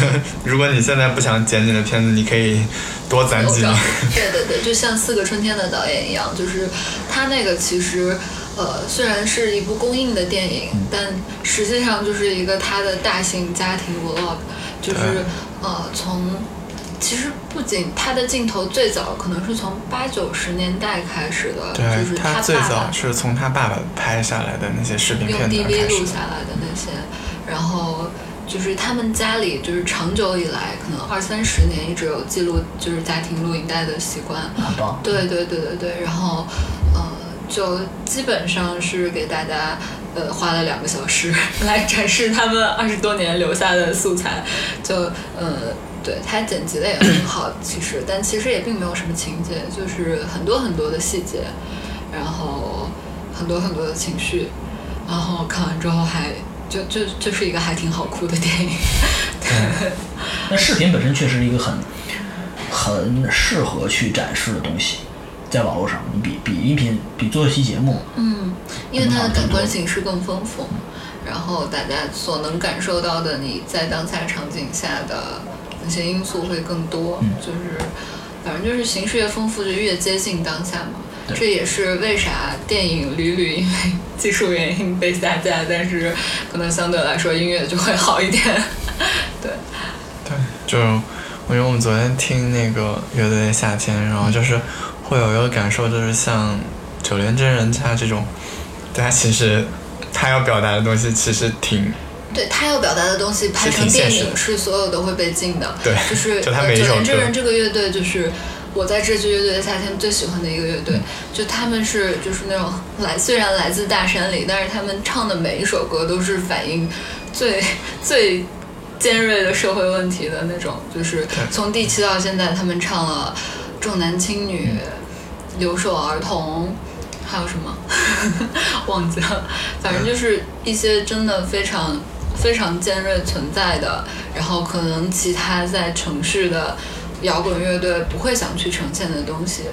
Speaker 6: 如果你现在不想剪你的片子，你可以多攒
Speaker 2: 我
Speaker 6: 几
Speaker 2: 知道
Speaker 6: 年，。
Speaker 2: 对对对，就像《四个春天》的导演一样，就是他那个其实。呃，虽然是一部公映的电影，
Speaker 6: 嗯
Speaker 2: 但实际上就是一个他的大型家庭 vlog，就是
Speaker 6: 对
Speaker 2: 呃，从其实不仅它的镜头最早可能是从八九十年代开始 的，
Speaker 6: 对
Speaker 2: 就是
Speaker 6: 他
Speaker 2: 他
Speaker 6: 最
Speaker 2: 爸
Speaker 6: 早
Speaker 2: 爸
Speaker 6: 是从他爸爸拍下来的那些视频
Speaker 2: 用
Speaker 6: 片段
Speaker 2: DV
Speaker 6: 开始
Speaker 2: 录下来的那些，然后就是他们家里就是长久以来可能二三十年一直有记录就是家庭录影带的习惯，
Speaker 4: 很棒。
Speaker 2: 对对对对对，然后呃，就基本上是给大家呃花了两个小时 来展示他们二十多年留下的素材，就呃。对它剪辑的也很好，其实，但其实也并没有什么情节，就是很多很多的细节，然后很多很多的情绪，然后看完之后还就就就是一个还挺好哭的电影，对，
Speaker 4: 那视频本身确实是一个很很适合去展示的东西，在网络上，你比比音频比做一期节目，
Speaker 2: 嗯，因为它的
Speaker 4: 很好
Speaker 2: 感
Speaker 4: 很多
Speaker 2: 官形式更丰富，然后大家所能感受到的你在当下场景下的那些因素会更多，
Speaker 4: 嗯
Speaker 2: 就是反正就是形式越丰富就越接近当下嘛。
Speaker 4: 对
Speaker 2: 这也是为啥电影屡屡因为技术原因被下架，但是可能相对来说音乐就会好一点。对，
Speaker 6: 对，就是我因为我们昨天听那个乐队的夏天，然后就是会有一个感受，就是像九连真人他这种，他其实他要表达的东西其实挺
Speaker 2: 对他要表达的东西拍
Speaker 6: 是挺
Speaker 2: 成
Speaker 6: 现
Speaker 2: 电
Speaker 6: 实
Speaker 2: 影
Speaker 6: 的
Speaker 2: 是所有都会被禁的，
Speaker 6: 对
Speaker 2: 就是
Speaker 6: 就他
Speaker 2: 呃
Speaker 6: 每一
Speaker 2: 九
Speaker 6: 首
Speaker 2: 连真
Speaker 6: 歌
Speaker 2: 人这个乐队就是。我在这支乐队的夏天最喜欢的一个乐
Speaker 6: 嗯
Speaker 2: 队，就他们是就是那种来虽然来自大山里，但是他们唱的每一首歌都是反映最 最尖锐的社会问题的那种，就是从第七到现在，他们唱了重男轻
Speaker 6: 嗯
Speaker 2: 女、留守儿童，还有什么 忘记了，反正就是一些真的非常非常尖锐存在的，然后可能其他在城市的摇滚乐队不会想去呈现的东西。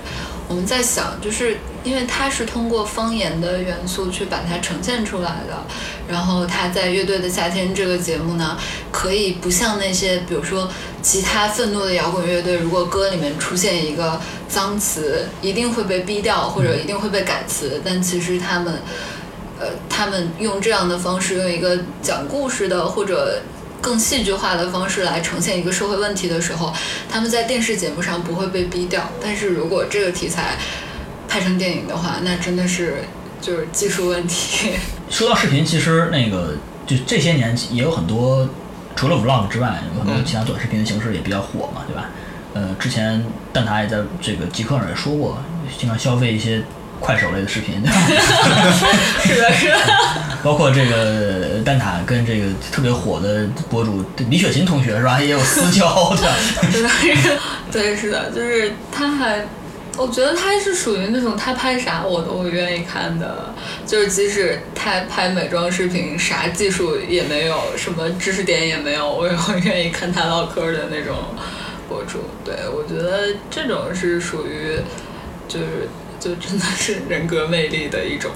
Speaker 2: 我们在想，就是因为它是通过方言的元素去把它呈现出来的，然后它在《乐队的夏天》这个节目呢，可以不像那些，比如说其他愤怒的摇滚乐队，如果歌里面出现一个脏词，一定会被逼掉或者一定会被改词，但其实他们。呃，他们用这样的方式，用一个讲故事的或者更戏剧化的方式来呈现一个社会问题的时候，他们在电视节目上不会被逼掉。但是如果这个题材拍成电影的话，那真的是就是技术问题。
Speaker 4: 说到视频，其实那个就这些年也有很多，除了 vlog 之外，有很多其他短视频的形式也比较火嘛，对吧？呃，之前蛋挞也在这个极客上也说过，经常消费一些快手类的视频，对 吧？
Speaker 2: 是的，是的，
Speaker 4: 包括这个蛋挞跟这个特别火的博主李雪琴同学是吧？也有私交的。
Speaker 2: 是的，是的， 对，是的，就是他还。我觉得他是属于那种他拍啥我都愿意看的，就是即使他拍美妆视频，啥技术也没有，什么知识点也没有，我也会愿意看他唠嗑的那种博主。对我觉得这种是属于，就是就真的是人格魅力的一种。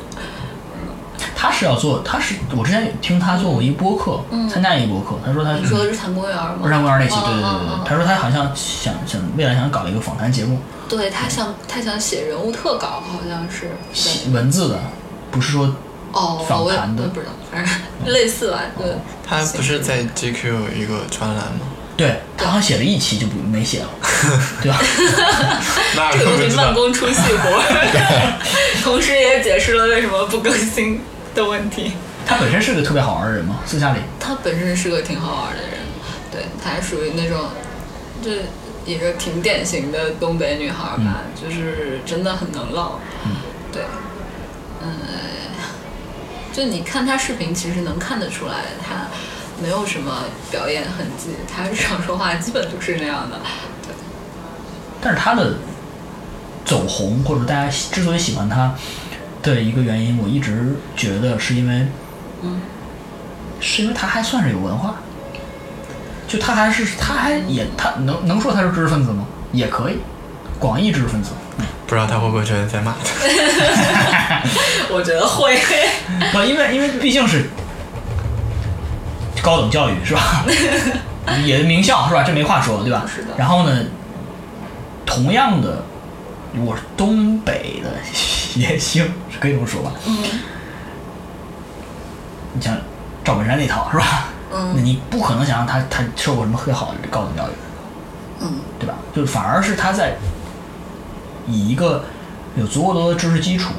Speaker 4: 他是要做，他是我之前也听他做过一播客，参加一播客，他说他
Speaker 2: 嗯你说的是谈公园吗？
Speaker 4: 嗯日常公园那期，对对对
Speaker 2: 嗯嗯
Speaker 4: 对，
Speaker 2: 嗯
Speaker 4: 他说他好像想想未来想搞一个访谈节目，
Speaker 2: 对他想他想写人物特稿，好像是。对
Speaker 4: 写文字的，不是说
Speaker 2: 哦，
Speaker 4: 访
Speaker 2: 我也
Speaker 4: 谈的
Speaker 2: 我也不知道，反正 类似吧，对。
Speaker 6: 他不是在 GQ 有一个专栏吗？
Speaker 4: 对他好像写了一期就不没写了，对吧？
Speaker 6: 那
Speaker 2: 这个
Speaker 6: 不
Speaker 2: 东西
Speaker 6: 知
Speaker 2: 慢
Speaker 6: 道。
Speaker 2: 工出细活， 同时也解释了为什么不更新的问题。
Speaker 4: 他本身是个特别好玩的人嘛，私下里
Speaker 2: 他本身是个挺好玩的人，对，他属于那种，就是一个挺典型的东北女孩吧，
Speaker 4: 嗯
Speaker 2: 就是真的很能唠，对，嗯，就你看她视频，其实能看得出来她没有什么表演痕迹，她日常说话基本都是那样的，对。
Speaker 4: 但是他的走红或者大家喜之所以喜欢他的一个原因，我一直觉得是因为，嗯，是因为他还算是有文化，就他还是他还也他能能说他是知识分子吗？也可以，广义知识分子。
Speaker 6: 不知道他会不会觉得在骂他？
Speaker 2: 我觉得会，
Speaker 4: 不，因为因为毕竟是高等教育是 吧？也名校是吧？这没话说，对吧？
Speaker 2: 是的
Speaker 4: 然后呢，同样的，我是东北的也行，是可以这么说吧？嗯。你像赵本山那套是吧？
Speaker 2: 嗯
Speaker 4: 那你不可能想让他他受过什么特别好的高等教育，
Speaker 2: 嗯，
Speaker 4: 对吧？就反而是他在以一个有足够多的知识基础、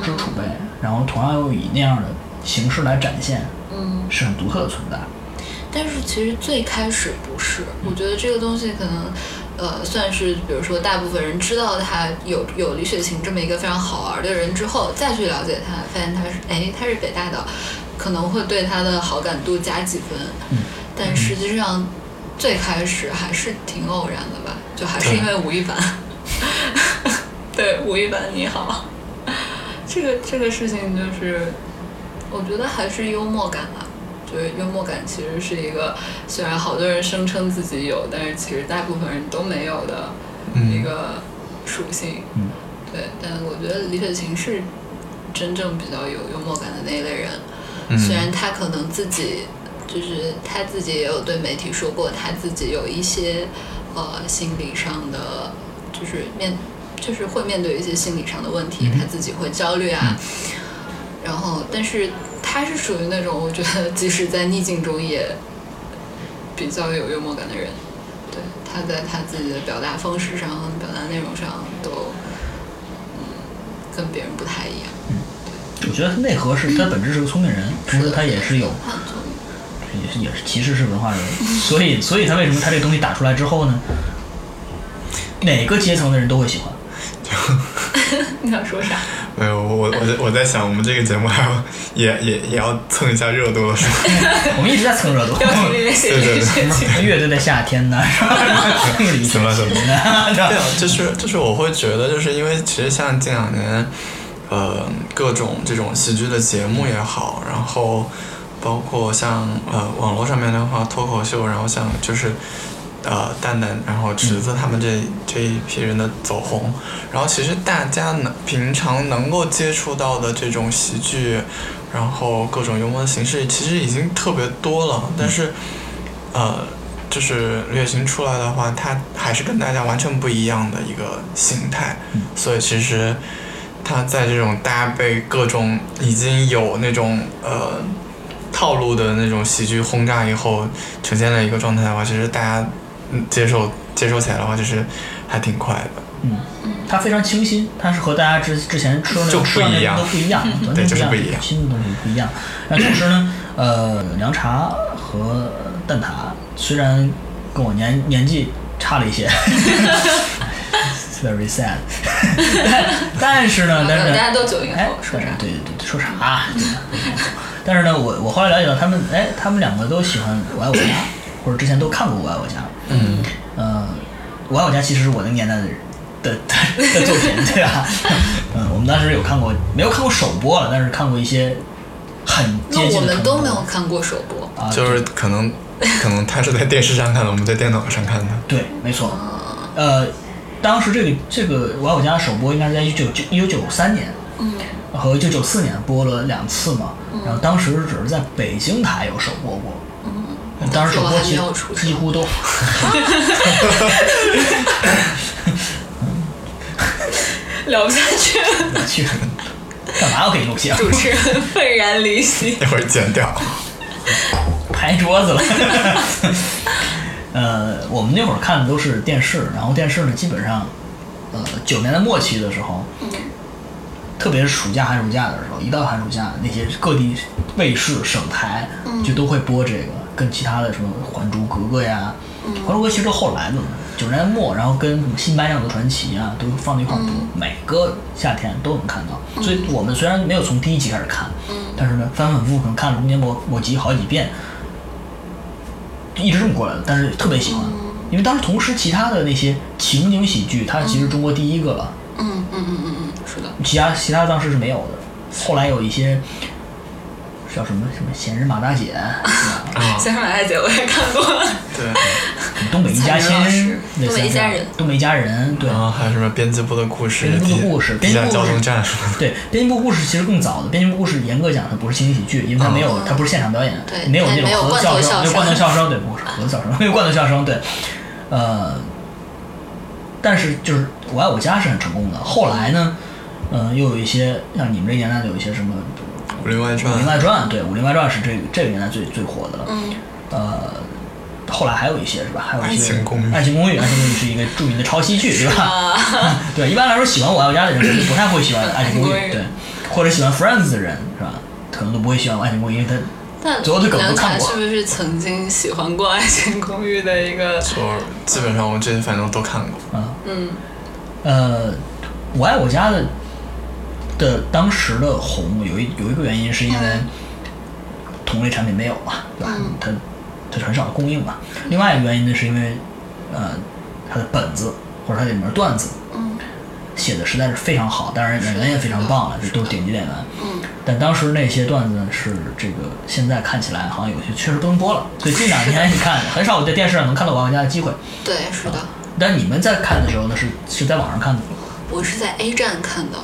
Speaker 4: 知识储备，然后同样又以那样的形式来展现，
Speaker 2: 嗯，
Speaker 4: 是很独特的存在。
Speaker 2: 但是其实最开始不是，我觉得这个东西可能，呃，算是比如说大部分人知道他有有李雪琴这么一个非常好玩的人之后，再去了解他，发现他是哎他是北大的，可能会对他的好感度加几分，但实际上最开始还是挺偶然的吧，就还是因为吴亦凡， 对吴亦凡你好， 这个这个事情就是，我觉得还是幽默感吧。就是幽默感其实是一个，虽然好多人声称自己有，但是其实大部分人都没有的一
Speaker 6: 嗯，
Speaker 2: 个属性。
Speaker 4: 嗯
Speaker 2: 对，但我觉得李雪琴是真正比较有幽默感的那一类人，
Speaker 6: 嗯
Speaker 2: 虽然她可能自己就是她自己也有对媒体说过，她自己有一些呃心理上的，就是面就是会面对一些心理上的问题，她自己会焦虑啊。然后，但是她是属于那种我觉得即使在逆境中也比较有幽默感的人。对，她在她自己的表达方式上、表达内容上都，嗯，跟别人不太一样。
Speaker 4: 我觉得内核是他本质是个聪明人，同时他也是有
Speaker 2: 判断力
Speaker 4: 也是也是其实是文化人，所以所以他为什么他这东西打出来之后呢，哪个阶层的人都会喜欢。
Speaker 2: 你想说啥？
Speaker 6: 没有，我我我在我在想，我们这个节目还要也也也要蹭一下热度了，是吧？
Speaker 4: 我们一直在蹭热度，
Speaker 2: 要 从里面写这个 事情。
Speaker 4: 乐队在夏天呢，是吧？李
Speaker 6: 什么什么
Speaker 4: 群呢？是吧
Speaker 6: 对啊，就是就是我会觉得，就是因为其实像近两年，呃，各种这种喜剧的节目也好，然后包括像呃网络上面的话，脱口秀，然后像就是呃蛋蛋，然后池子他们这、这一批人的走红，然后其实大家能平常能够接触到的这种喜剧，然后各种幽默的形式，其实已经特别多了，但是呃。就是略行出来的话，它还是跟大家完全不一样的一个形态，
Speaker 4: 嗯
Speaker 6: 所以其实它在这种大家被各种已经有那种呃套路的那种喜剧轰炸以后，呈现了一个状态的话，其实大家嗯接受接受起来的话，就是还挺快的，
Speaker 4: 它非常清新，它是和大家之之前吃的那
Speaker 6: 就
Speaker 4: 种
Speaker 6: 不
Speaker 4: 吃的那
Speaker 6: 一
Speaker 4: 种
Speaker 6: 样嗯
Speaker 4: 都不一样，完全
Speaker 6: 对就是
Speaker 4: 不
Speaker 6: 不
Speaker 4: 一
Speaker 6: 一
Speaker 4: 样，
Speaker 6: 样
Speaker 4: 新的东西不一样。那同时呢，呃，凉茶和呃蛋挞虽然跟我年年纪差了一些 ，it's，very sad，但但是呢，但是
Speaker 2: 啊大
Speaker 4: 呢
Speaker 2: 家都九零
Speaker 4: 哎
Speaker 2: 后，，说啥？
Speaker 4: 对对对，说 啥？对但是呢，我我后来了解到他们，哎，他们两个都喜欢《我爱我家》，或者之前都看过《我爱我家》。嗯。呃，《我爱我家》其实是我那个年代的人的的的作品，对吧？嗯，我们当时有看过，没有看过首播了，但是看过一些很接
Speaker 2: 那我
Speaker 4: 近的重播。
Speaker 2: 们都没有看过首播，
Speaker 4: 啊，
Speaker 6: 就是可能 可能他是在电视上看的，我们在电脑上看的，
Speaker 4: 对，没错。呃，当时这个这个《我爱我家》首播应该是在一九九一九九三年，
Speaker 2: 嗯，
Speaker 4: 和一九九四年播了两次嘛，然后当时只是在北京台有首播过，嗯，当时首播其
Speaker 2: 我还没有出
Speaker 4: 实
Speaker 2: 生
Speaker 4: 几乎都，
Speaker 2: 聊不下去了，
Speaker 4: 我去，干嘛我给你录像？
Speaker 2: 主持人愤然离席。
Speaker 6: 一会儿剪 掉。
Speaker 4: 拍桌子了。 呃，我们那会儿看的都是电视，然后电视呢，基本上，呃，九年代末期的时候，特别是暑假、寒暑假的时候，一到寒暑假，那些各地卫视、省台就都会播这个，跟其他的什么《还珠格格》呀，还珠格格》其实都后来的嘛，九十年代末，然后跟什么《新白娘子传奇》啊，都放在一块儿播，每个夏天都能看到。所以我们虽然没有从第一集开始看，但是呢，反反复复可能看了中间某某集好几遍，一直这么过来的，但是特别喜欢，因为当时同时其他的那些情景喜剧，它其实中国第一个了，
Speaker 2: 嗯嗯嗯嗯嗯，是的，
Speaker 4: 其他其他当时是没有的。后来有一些叫什么什么闲人马大姐，啊是吧
Speaker 2: 先生马大姐我也看过，
Speaker 6: 嗯 对，
Speaker 4: 东北一家亲
Speaker 2: 蔡明老师，
Speaker 4: 类似
Speaker 2: 东北一
Speaker 4: 这样
Speaker 2: 家人
Speaker 4: 东北一家人，对
Speaker 6: 然后还有什么编辑部的故事，
Speaker 4: 编辑部的故事
Speaker 6: 地
Speaker 4: 编辑部
Speaker 6: 下
Speaker 4: 的
Speaker 6: 交通站，
Speaker 4: 对。编辑部故事其实更早的，编辑部故事严格讲它不是情景喜剧，因为它没有它不是现场表演，
Speaker 2: 哦对
Speaker 4: 没有
Speaker 2: 它
Speaker 4: 那种
Speaker 2: 没有
Speaker 4: 合
Speaker 2: 罐
Speaker 4: 奏
Speaker 2: 头
Speaker 4: 声，
Speaker 2: 笑
Speaker 4: 没有罐头
Speaker 2: 声
Speaker 4: 笑声，对，不是合奏声，没 有罐头笑声，对，呃，但是就是《我爱我家》是很成功的。后来呢，呃，又有一些像你们这年代的有一些什么
Speaker 6: 武林外
Speaker 4: 《武
Speaker 6: 传
Speaker 4: 林》外传》，对，《武林外传》是这个这个年代最最火的了。
Speaker 2: 嗯
Speaker 4: 呃，后来还有一些是吧？还有一些
Speaker 6: 爱情公寓
Speaker 4: 爱情公寓，爱情公寓是一个著名的抄袭剧，对吧？
Speaker 2: 啊，
Speaker 4: 对，一般来说喜欢我爱我家的人可能不太会喜欢爱情公寓
Speaker 2: 爱情公，寓
Speaker 4: 对，或者喜欢 Friends 的人是吧？可能都不会喜欢爱情公寓，因为它
Speaker 2: 但
Speaker 4: 所有的梗都
Speaker 2: 南
Speaker 4: 看
Speaker 2: 卡
Speaker 4: 过
Speaker 2: 是不是曾经喜欢过《爱情公寓》的一个？
Speaker 6: 就基本上我这些反正都看过。
Speaker 4: 呃，我爱我家的的当时的红有一有一个原因是因为
Speaker 2: 嗯
Speaker 4: 同类产品没有嘛，对吧？它它很少供应嘛。另外一个原因呢，是因为呃它的本子或者它里面的段子，
Speaker 2: 嗯
Speaker 4: 写的实在是非常好，当然演员也非常棒了，这都是顶级演员。
Speaker 2: 嗯，
Speaker 4: 但当时那些段子呢，是这个现在看起来好像有些确实都能播了，所以近两年你看很少有在电视上能看到我爱我家的机会。
Speaker 2: 对，是的，
Speaker 4: 但你们在看的时候呢，是是在网上看的吗。
Speaker 2: 我是在 A 站看的，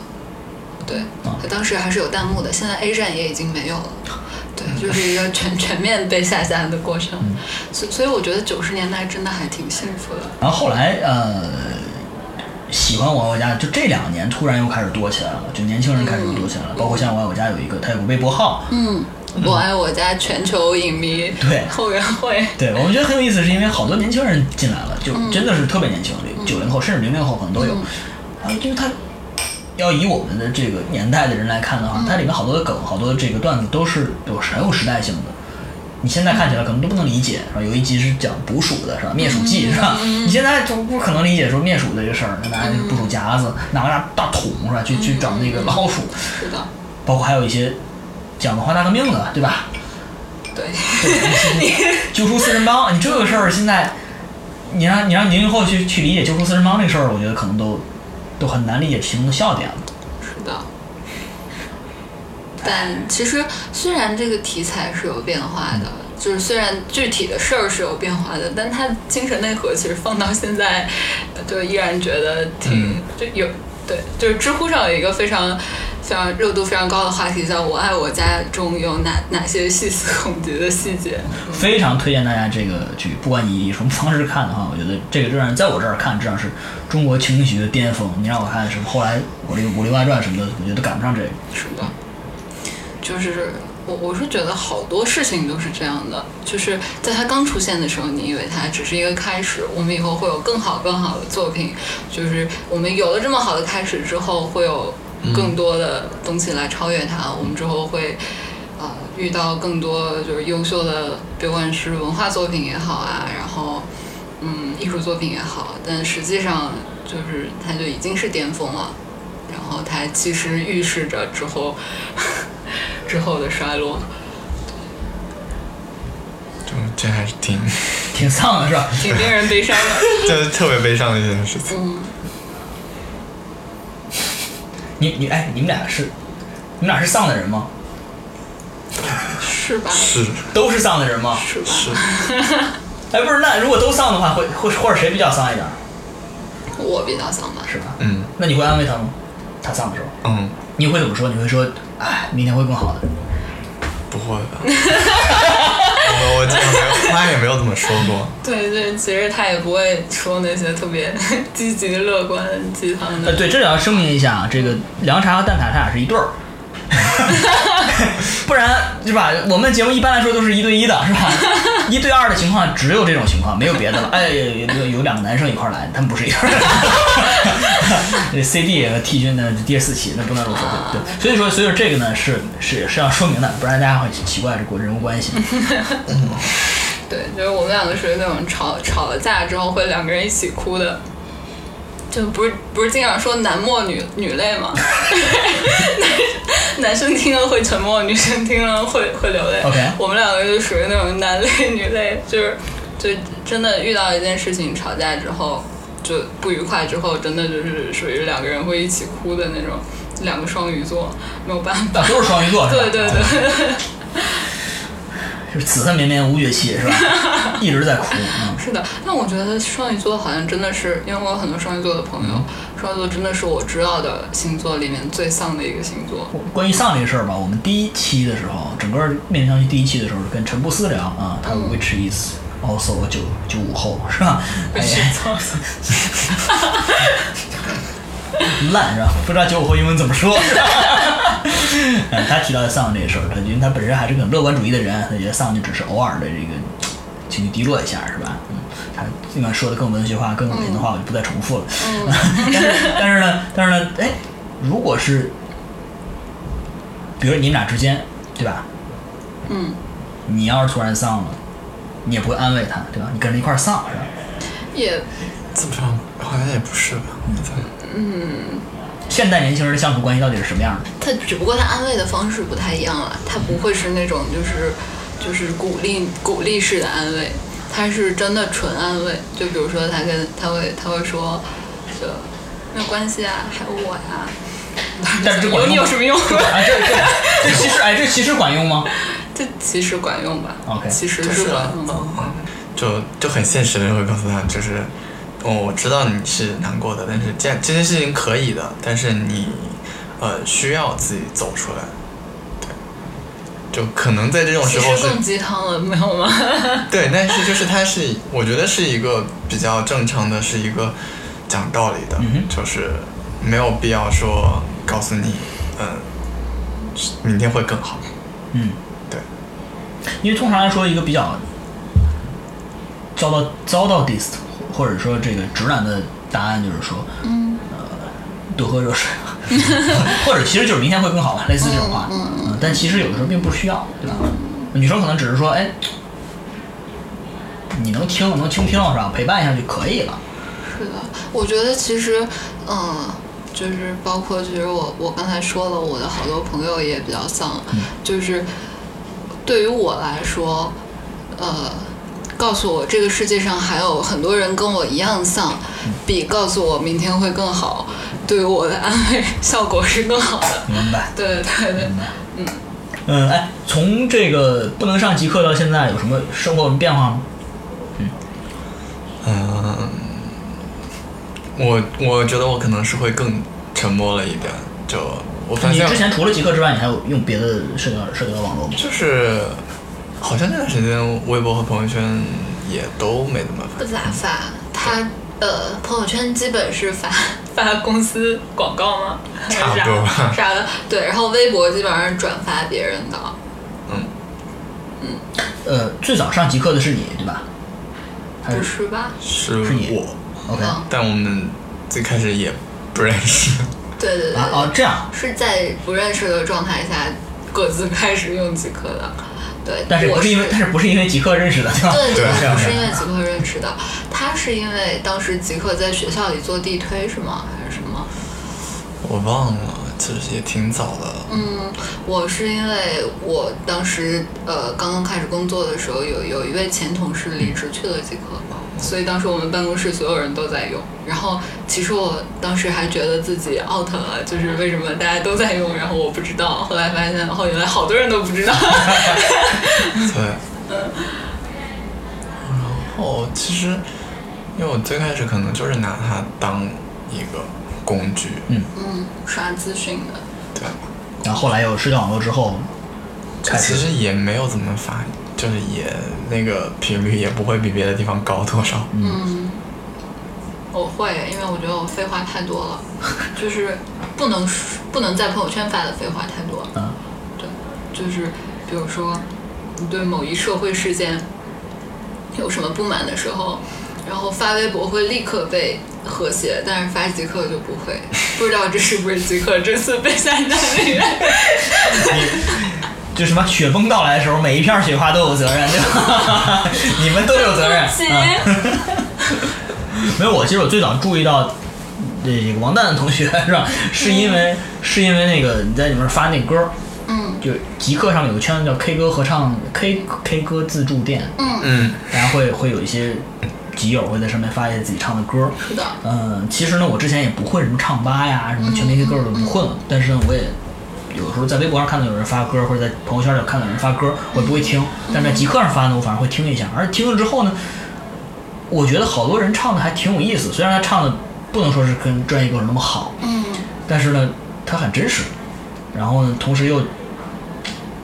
Speaker 2: 对，
Speaker 4: 啊
Speaker 2: 它当时还是有弹幕的，现在 A 站也已经没有了。
Speaker 4: 嗯
Speaker 2: 对，就是一个全全面被下架的过程，所、所以我觉得九十年代真的还挺幸福的。
Speaker 4: 然后后来呃，喜欢我爱我家就这两年突然又开始多起来了，就年轻人开始又多起来了，包括像我爱我家有一个，他有个微博号，
Speaker 2: 嗯，我爱我家全球影迷
Speaker 4: 对
Speaker 2: 后援会，
Speaker 4: 对我们觉得很有意思，是因为好多年轻人进来了，就真的是特别年轻，九零后甚至零零后可能都有，啊，就是他。要以我们的这个年代的人来看的话，它里面好多的梗、好多这个段子都是有很有时代性的。你现在看起来可能都不能理解，是吧？有一集是讲捕鼠的，是吧？灭鼠记，是吧？你现在就不可能理解说灭鼠的这个事儿，拿那个捕鼠夹子，拿个大大桶，是吧？去去找那个老鼠，
Speaker 2: 是的，
Speaker 4: 包括还有一些讲文化大革命的，对吧？
Speaker 2: 对，
Speaker 4: 救出四人帮，你这个事儿现在，你让你让零零后去去理解救出四人帮这事儿，我觉得可能都都很难理解其中的笑点了。
Speaker 2: 是的。但其实虽然这个题材是有变化的，就是虽然具体的事儿是有变化的，但它精神内核其实放到现在，呃就依然觉得挺、就有对，就是知乎上有一个非常。非常热度非常高的话题叫“我爱我家”中有哪哪些细思恐极的细节？
Speaker 4: 非常推荐大家这个剧，不管你以什么方式看的话，我觉得这个至少在我这儿看，至少是中国情景喜剧的巅峰。你让我看什么后来《武林武林外传》什么的，我觉得赶不上这个。
Speaker 2: 是的，就是我我是觉得好多事情都是这样的，就是在它刚出现的时候，你以为它只是一个开始，我们以后会有更好更好的作品，就是我们有了这么好的开始之后，会有更多的东西来超越它，我们之后会。呃，遇到更多就是优秀的，不管是文化作品也好啊，然后嗯，艺术作品也好，但实际上就是它就已经是巅峰了，然后它其实预示着之后 之后的衰落，
Speaker 6: 就这还是挺，
Speaker 4: 挺丧的是吧？
Speaker 2: 挺令人悲伤的。
Speaker 6: 就是特别悲伤的一件事情。
Speaker 2: 嗯，
Speaker 4: 你你哎，你们俩是你们俩是丧的人吗？
Speaker 2: 是吧？
Speaker 6: 是
Speaker 4: 都是丧的人吗？
Speaker 2: 是吧？
Speaker 6: 是，
Speaker 4: 哎，不是，那如果都丧的话，会会或者谁比较丧一点儿，
Speaker 2: 我比较丧吧。
Speaker 4: 是吧？
Speaker 6: 嗯
Speaker 4: 那你会安慰他吗？他丧的时候？
Speaker 6: 嗯，
Speaker 4: 你会怎么说？你会说，哎，明天会更好
Speaker 2: 嗯
Speaker 4: 的。
Speaker 6: 不会吧？我我这样没有，他也没有这么说过。
Speaker 2: 对对，其实他也不会说那些特别 积极乐观鸡汤
Speaker 4: 呃，
Speaker 2: 的。
Speaker 4: 对，这里要声明一下啊，这个凉茶和蛋挞它俩是一对 儿，不然是吧？我们节目一般来说都是一对一的，是 吧？一对二的情况只有这种情况，没有别的了。哎，有有有两个男生一块儿来，他们不是一对儿。 这 CD 和 T 君呢，第四期那不能入手对，所以说，所以说这个呢是是是要说明的，不然大家会奇怪这个人物关 系。
Speaker 2: 对，就是我们两个属于那种吵吵了架之后会两个人一起哭的。就不是不是经常说男默女女泪吗？ 男男生听了会沉默，女生听了会会流泪。
Speaker 4: OK
Speaker 2: 我们两个就属于那种男泪女泪，就是就真的遇到一件事情吵架之后就不愉快之后，真的就是属于两个人会一起哭的那种。两个双鱼座没有办法
Speaker 4: 啊，，都是双鱼座，是吧
Speaker 2: 对对对，
Speaker 4: 是此恨绵绵无绝期， 是吧？一直在哭。嗯
Speaker 2: 是的，但我觉得双鱼座好像真的是，因为我有很多双鱼座的朋
Speaker 4: 嗯
Speaker 2: 友，双鱼座真的是我知道的星座里面最丧的一个星座。
Speaker 4: 关于丧这个事儿吧，我们第一期的时候，整个面向去第一期的时候，跟陈布斯聊啊，他 which is also 九九五后是吧？哎，烂是吧？不知道九五后英文怎么说。 是吧嗯，他提到丧这个事儿，他因为他本身还是个很乐观主义的人，他觉得丧就只是偶尔的这个情绪低落一下，是吧？嗯，他尽管说的更文学化、更那什么话，我就不再重复了。但是但是呢，但是呢，哎，如果是，比如你们俩之间，对吧？
Speaker 2: 嗯，
Speaker 4: 你要是突然丧了，你也不会安慰他，对吧？你跟着一块儿丧，是吧？
Speaker 2: 也
Speaker 6: 这么上好像也不是吧？
Speaker 4: 现代年轻人的相处关系到底是什么样的？
Speaker 2: 他只不过他安慰的方式不太一样了，他不会是那种就是就是鼓励鼓励式的安慰，他是真的纯安慰。就比如说他跟他会他会说，就没有关系啊，还有我呀、
Speaker 4: 但是这管
Speaker 2: 有
Speaker 4: 用
Speaker 2: 你有什么用？
Speaker 4: 啊，这这这其实哎，这其实管用吗？
Speaker 2: 这其实管用吧
Speaker 4: OK 啊
Speaker 2: 其实是嗯管用的。
Speaker 4: 嗯
Speaker 6: 嗯就就很现实的会告诉他，就是，哦，我知道你是难过的，但是这这些事情可以的，但是你，呃，需要自己走出来，对，就可能在这种
Speaker 2: 其
Speaker 6: 时候
Speaker 2: 实
Speaker 6: 是
Speaker 2: 更鸡汤了，没有吗？
Speaker 6: 对，但是就是它是，我觉得是一个比较正常的，是一个讲道理的，
Speaker 4: 嗯
Speaker 6: 就是没有必要说告诉你，嗯，明天会更好。
Speaker 4: 嗯，
Speaker 6: 对。
Speaker 4: 因为通常来说，一个比较遭到遭到 dist，或者说这个直男的答案就是说，嗯，呃，多喝热水， 或者其实就是明天会更好吧，类似这种话。嗯但其实有的时候并不需要，对吧？女生可能只是说，哎，你能听能倾听是吧？陪伴一下就可以了。
Speaker 2: 是的，我觉得其实，嗯，就是包括就是我我刚才说了，我的好多朋友也比较丧，
Speaker 6: 嗯
Speaker 2: 就是对于我来说，呃，告诉我这个世界上还有很多人跟我一样丧，
Speaker 6: 嗯
Speaker 2: 比告诉我明天会更好，对于我的安慰效果是更好的。
Speaker 6: 嗯
Speaker 4: 明白。
Speaker 2: 对对对，
Speaker 4: 嗯，哎，从这个不能上极客到现在，有什么生活有什么变化吗？
Speaker 6: 嗯，我我觉得我可能是会更沉默了一点，就我发
Speaker 4: 你
Speaker 6: 现
Speaker 4: 之前除了极客之外，你还有用别的社交社交网络吗？
Speaker 6: 就是好像这段时间微博和朋友圈也都没怎么发
Speaker 2: 不咋发，他呃朋友圈基本是发发公司广告吗？
Speaker 6: 差不 多吧
Speaker 2: 还是啥啥的，对，然后微博基本上是转发别人的，
Speaker 4: 呃，最早上极客的是你对吧？还
Speaker 2: 不
Speaker 4: 是
Speaker 2: 是吧？
Speaker 6: 是
Speaker 4: 是你
Speaker 6: 我，
Speaker 4: OK 啊
Speaker 2: 嗯，
Speaker 6: 但我们最开始也不认识。
Speaker 2: 对对对对，
Speaker 4: 哦，这样，
Speaker 2: 是在不认识的状态下各自开始用极客的，对，
Speaker 4: 但是
Speaker 2: 我
Speaker 4: 不是因为但是不是因为极客认识的对吧？
Speaker 2: 对，
Speaker 6: 对
Speaker 2: 我是因为极客认识的，他是因为当时极客在学校里做地推是吗？还是什么？
Speaker 6: 我忘了，其实也挺早的。
Speaker 2: 嗯，我是因为我当时呃刚刚开始工作的时候，有有一位前同事离职去了极客，所以当时我们办公室所有人都在用。然后其实我当时还觉得自己 out 了，就是为什么大家都在用，然后我不知道。后来发现，哦，原来好多人都不知道。
Speaker 6: 对。然后其实，因为我最开始可能就是拿它当一个工具，
Speaker 2: 嗯，刷资讯的。
Speaker 6: 对吧？
Speaker 4: 然后后来有社交网络之后，开
Speaker 6: 其
Speaker 4: 始
Speaker 6: 实也没有怎么发，就是也那个频率也不会比别的地方高多少。嗯，
Speaker 2: 我哦会，因为我觉得我废话太多了，就是不能不能在朋友圈发的废话太多。
Speaker 4: 嗯，
Speaker 2: 对，就是比如说你对某一社会事件有什么不满的时候，然后发微博会立刻被和谐，但是发极客就不会。不知道这是不是极客这次被下单的 原因？
Speaker 4: 就什么雪崩到来的时候，每一片雪花都有责任，对吧？ 你们都有责任。
Speaker 2: 亲
Speaker 4: 嗯没有，我其实我最早注意到这个王蛋同学是吧？是因为、是因为那个你在里面发那歌儿，
Speaker 2: 嗯
Speaker 4: 就是极客上面有个圈子叫 K 歌合唱 K K 歌自助店，
Speaker 6: 嗯
Speaker 4: 大家会会有一些集友会在上面发一些自己唱的歌儿。
Speaker 2: 是的，
Speaker 4: 嗯，其实呢，我之前也不混什么唱吧呀，什么全民 K 歌我都不混了，但是呢，我也。有时候在微博上看到有人发歌，或者在朋友圈里看到有人发歌，我也不会听，但是在极客上发呢，我反而会听一下。而听了之后呢，我觉得好多人唱的还挺有意思，虽然他唱的不能说是跟专业歌手那么好，
Speaker 2: 嗯，
Speaker 4: 但是呢，它很真实。然后呢，同时又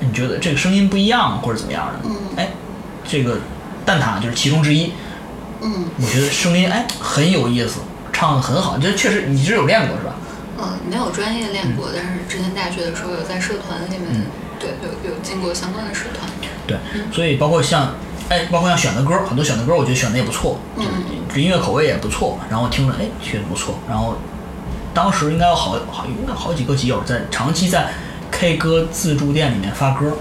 Speaker 4: 你觉得这个声音不一样或者怎么样的，哎，这个蛋挞就是其中之一。
Speaker 2: 嗯
Speaker 4: 我觉得声音哎很有意思，唱的很好，这确实你是有练过是吧？
Speaker 2: 嗯，没有专业练
Speaker 4: 嗯
Speaker 2: 过，但是之前大学的时候有在社团里面，对，有有进过相关的社团。
Speaker 4: 嗯对，所以包括像哎，包括像选的歌，很多选的歌，我觉得选的也不错，
Speaker 2: 嗯
Speaker 4: 就是音乐口味也不错，然后听着哎觉得不错，然后当时应该有好好应该有好几个集友在长期在 K 歌自助店里面发歌，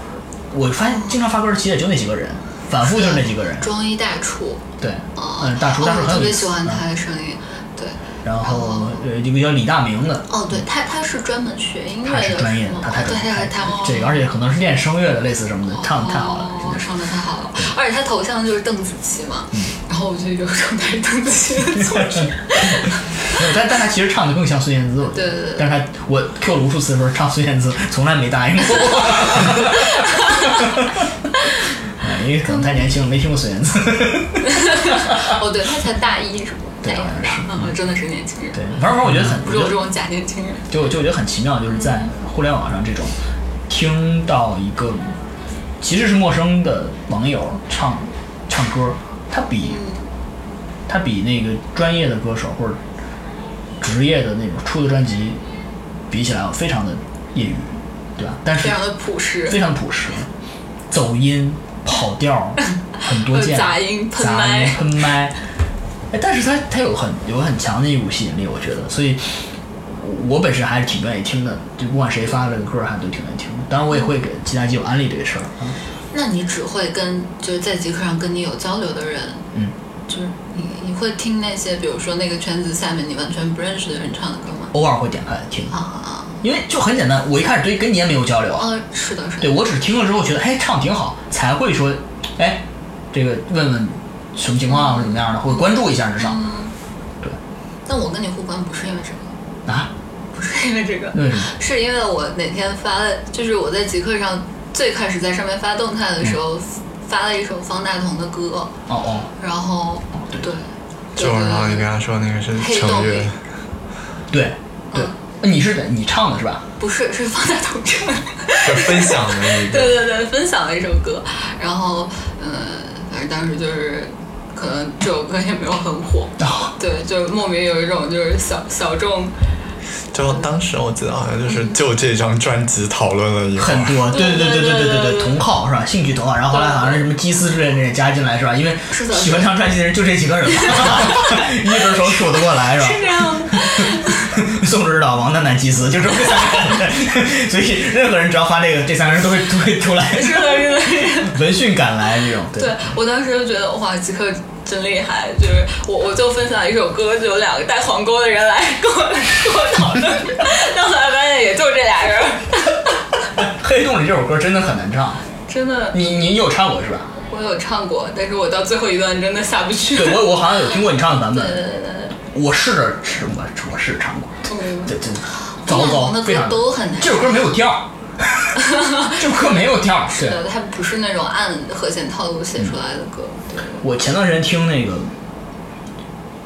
Speaker 4: 我发现经常发歌的其实也就那几个人，反复啊就是那几个人，
Speaker 2: 装一大厨，
Speaker 4: 对，
Speaker 2: 哦，
Speaker 4: 嗯，大厨大
Speaker 2: 哦
Speaker 4: 厨
Speaker 2: 我
Speaker 4: 很
Speaker 2: 特
Speaker 4: 有
Speaker 2: 别
Speaker 4: 意
Speaker 2: 喜
Speaker 4: 思，
Speaker 2: 欢
Speaker 4: 嗯
Speaker 2: 他的声音，对，
Speaker 4: 然后
Speaker 2: 后
Speaker 4: 呃一个叫李大明的，
Speaker 2: 哦，对他他是专门学音乐
Speaker 4: 他
Speaker 2: 的，
Speaker 4: 是专业的
Speaker 2: 吗，
Speaker 4: 他太
Speaker 2: 哦对，
Speaker 4: 专
Speaker 2: 他
Speaker 4: 业，
Speaker 2: 他
Speaker 4: 他这个而且可能是练声乐的，类似什么的，唱的太好了，真
Speaker 2: 哦
Speaker 4: 的，是。嗯
Speaker 2: 唱的太好了， 而且他头像就是邓紫棋嘛，然后我就有种他是邓紫棋的错 觉，
Speaker 4: 没有但但他其实唱的更像孙燕姿，我觉得
Speaker 2: 对对对
Speaker 4: 但是他我 Q 了无数次说唱孙燕姿，从来没答应过。 哎因为可能太年轻了，没听过孙燕姿。
Speaker 2: 哦，对，他才大一是吧？
Speaker 4: 对
Speaker 2: 大一
Speaker 4: 好像是
Speaker 2: 嗯，真的是年轻人，
Speaker 4: 对，反正反正我觉得很，
Speaker 2: 不
Speaker 4: 我觉
Speaker 2: 是有这
Speaker 4: 得
Speaker 2: 种假年轻人，
Speaker 4: 就就我觉得很奇妙，就是在互联网上这种听到一个其实是陌生的网友唱唱歌，他比他比那个专业的歌手或者职业的那种出的专辑比起来，非常的业余，对吧？但是
Speaker 2: 非常的朴实，
Speaker 4: 非常朴实，走音、跑调 很多见，
Speaker 2: 杂音喷
Speaker 4: 杂
Speaker 2: 麦
Speaker 4: 音喷麦。哎，但是它它有很有很强的一股吸引力，我觉得，所以我本身还是挺愿意听的，就不管谁发了个歌，还都挺愿意听的。当然，我也会给其他基友安利这个事儿。嗯
Speaker 2: 那你只会跟就是在极客上跟你有交流的人，
Speaker 4: 嗯，
Speaker 2: 就是你你会听那些比如说那个圈子下面你完全不认识的人唱的歌吗？
Speaker 4: 偶尔会点开来听，
Speaker 2: 啊啊
Speaker 4: 因为就很简单，我一开始对跟你也没有交流
Speaker 2: 啊！，哦，是的，是的，
Speaker 4: 对我只是听了之后觉得，哎，唱挺好，才会说，哎，这个问问什么情况啊或者怎么样的，会关注一下至少
Speaker 2: 嗯但我跟你互关不是因为这个，
Speaker 4: 啊。
Speaker 2: 不是因为这个，
Speaker 4: 那为什么？
Speaker 2: 是因为我哪天发了，就是我在极客上最开始在上面发动态的时
Speaker 4: 嗯
Speaker 2: 候，发了一首方大同的歌，
Speaker 4: 哦哦。
Speaker 2: 然后
Speaker 4: 对
Speaker 2: 对，
Speaker 6: 就
Speaker 2: 对
Speaker 6: 然后你
Speaker 2: 对
Speaker 6: 跟他说那个是
Speaker 2: 黑
Speaker 6: 成
Speaker 2: 洞
Speaker 6: 语，
Speaker 4: 对，对，
Speaker 2: 啊
Speaker 4: 呃你是你唱的是吧？
Speaker 2: 不是是方大同唱的。
Speaker 6: 就分享的一个。
Speaker 2: 对对对，分享了一首歌，然后嗯、呃，反正当时就是可能这首歌也没有很火，
Speaker 4: 哦，
Speaker 2: 对，就莫名有一种就是小小众，
Speaker 6: 就当时我记得好像就是就这张专辑讨论了一会
Speaker 4: 很
Speaker 6: 儿，
Speaker 4: 多，对对对对对对
Speaker 2: 对
Speaker 4: 同好是吧？兴趣同好，然后后来好像是什么基斯之类的也加进来是吧？因为
Speaker 2: 是的
Speaker 4: 喜欢唱专辑的人就这几个人 嘛，一只手数得过来是吧？
Speaker 2: 这样 的，
Speaker 4: 宋指导、王丹丹、基斯就这么三个人， 所以任何人只要发这个，这三个人都会都会出来，
Speaker 2: 是的，是的，是的。
Speaker 4: 闻讯赶来这种。
Speaker 2: 对我当时就觉得哇，极客真厉害，就是我我就分享一首歌，就有两个戴黄钩的人来跟我跟我讨论， 但后来发现也就这俩人，
Speaker 4: 哎黑洞里这首歌真的很难唱，
Speaker 2: 真的，
Speaker 4: 你你有唱过是吧？
Speaker 2: 我有唱过，但是我到最后一段真的下不去。
Speaker 4: 对我我好像有听过你唱的版
Speaker 2: 对
Speaker 4: 本，
Speaker 2: 对对
Speaker 4: 我试着是我我试着唱过，
Speaker 2: 对嗯。
Speaker 4: 对对，糟糕，
Speaker 2: 的
Speaker 4: 非
Speaker 2: 歌
Speaker 4: 常
Speaker 2: 都很难
Speaker 4: 这首歌没有调儿， 这首歌没有调儿。对，
Speaker 2: 对，它不是那种按和弦套路写出来的歌。对，
Speaker 4: 我前段时间听那个，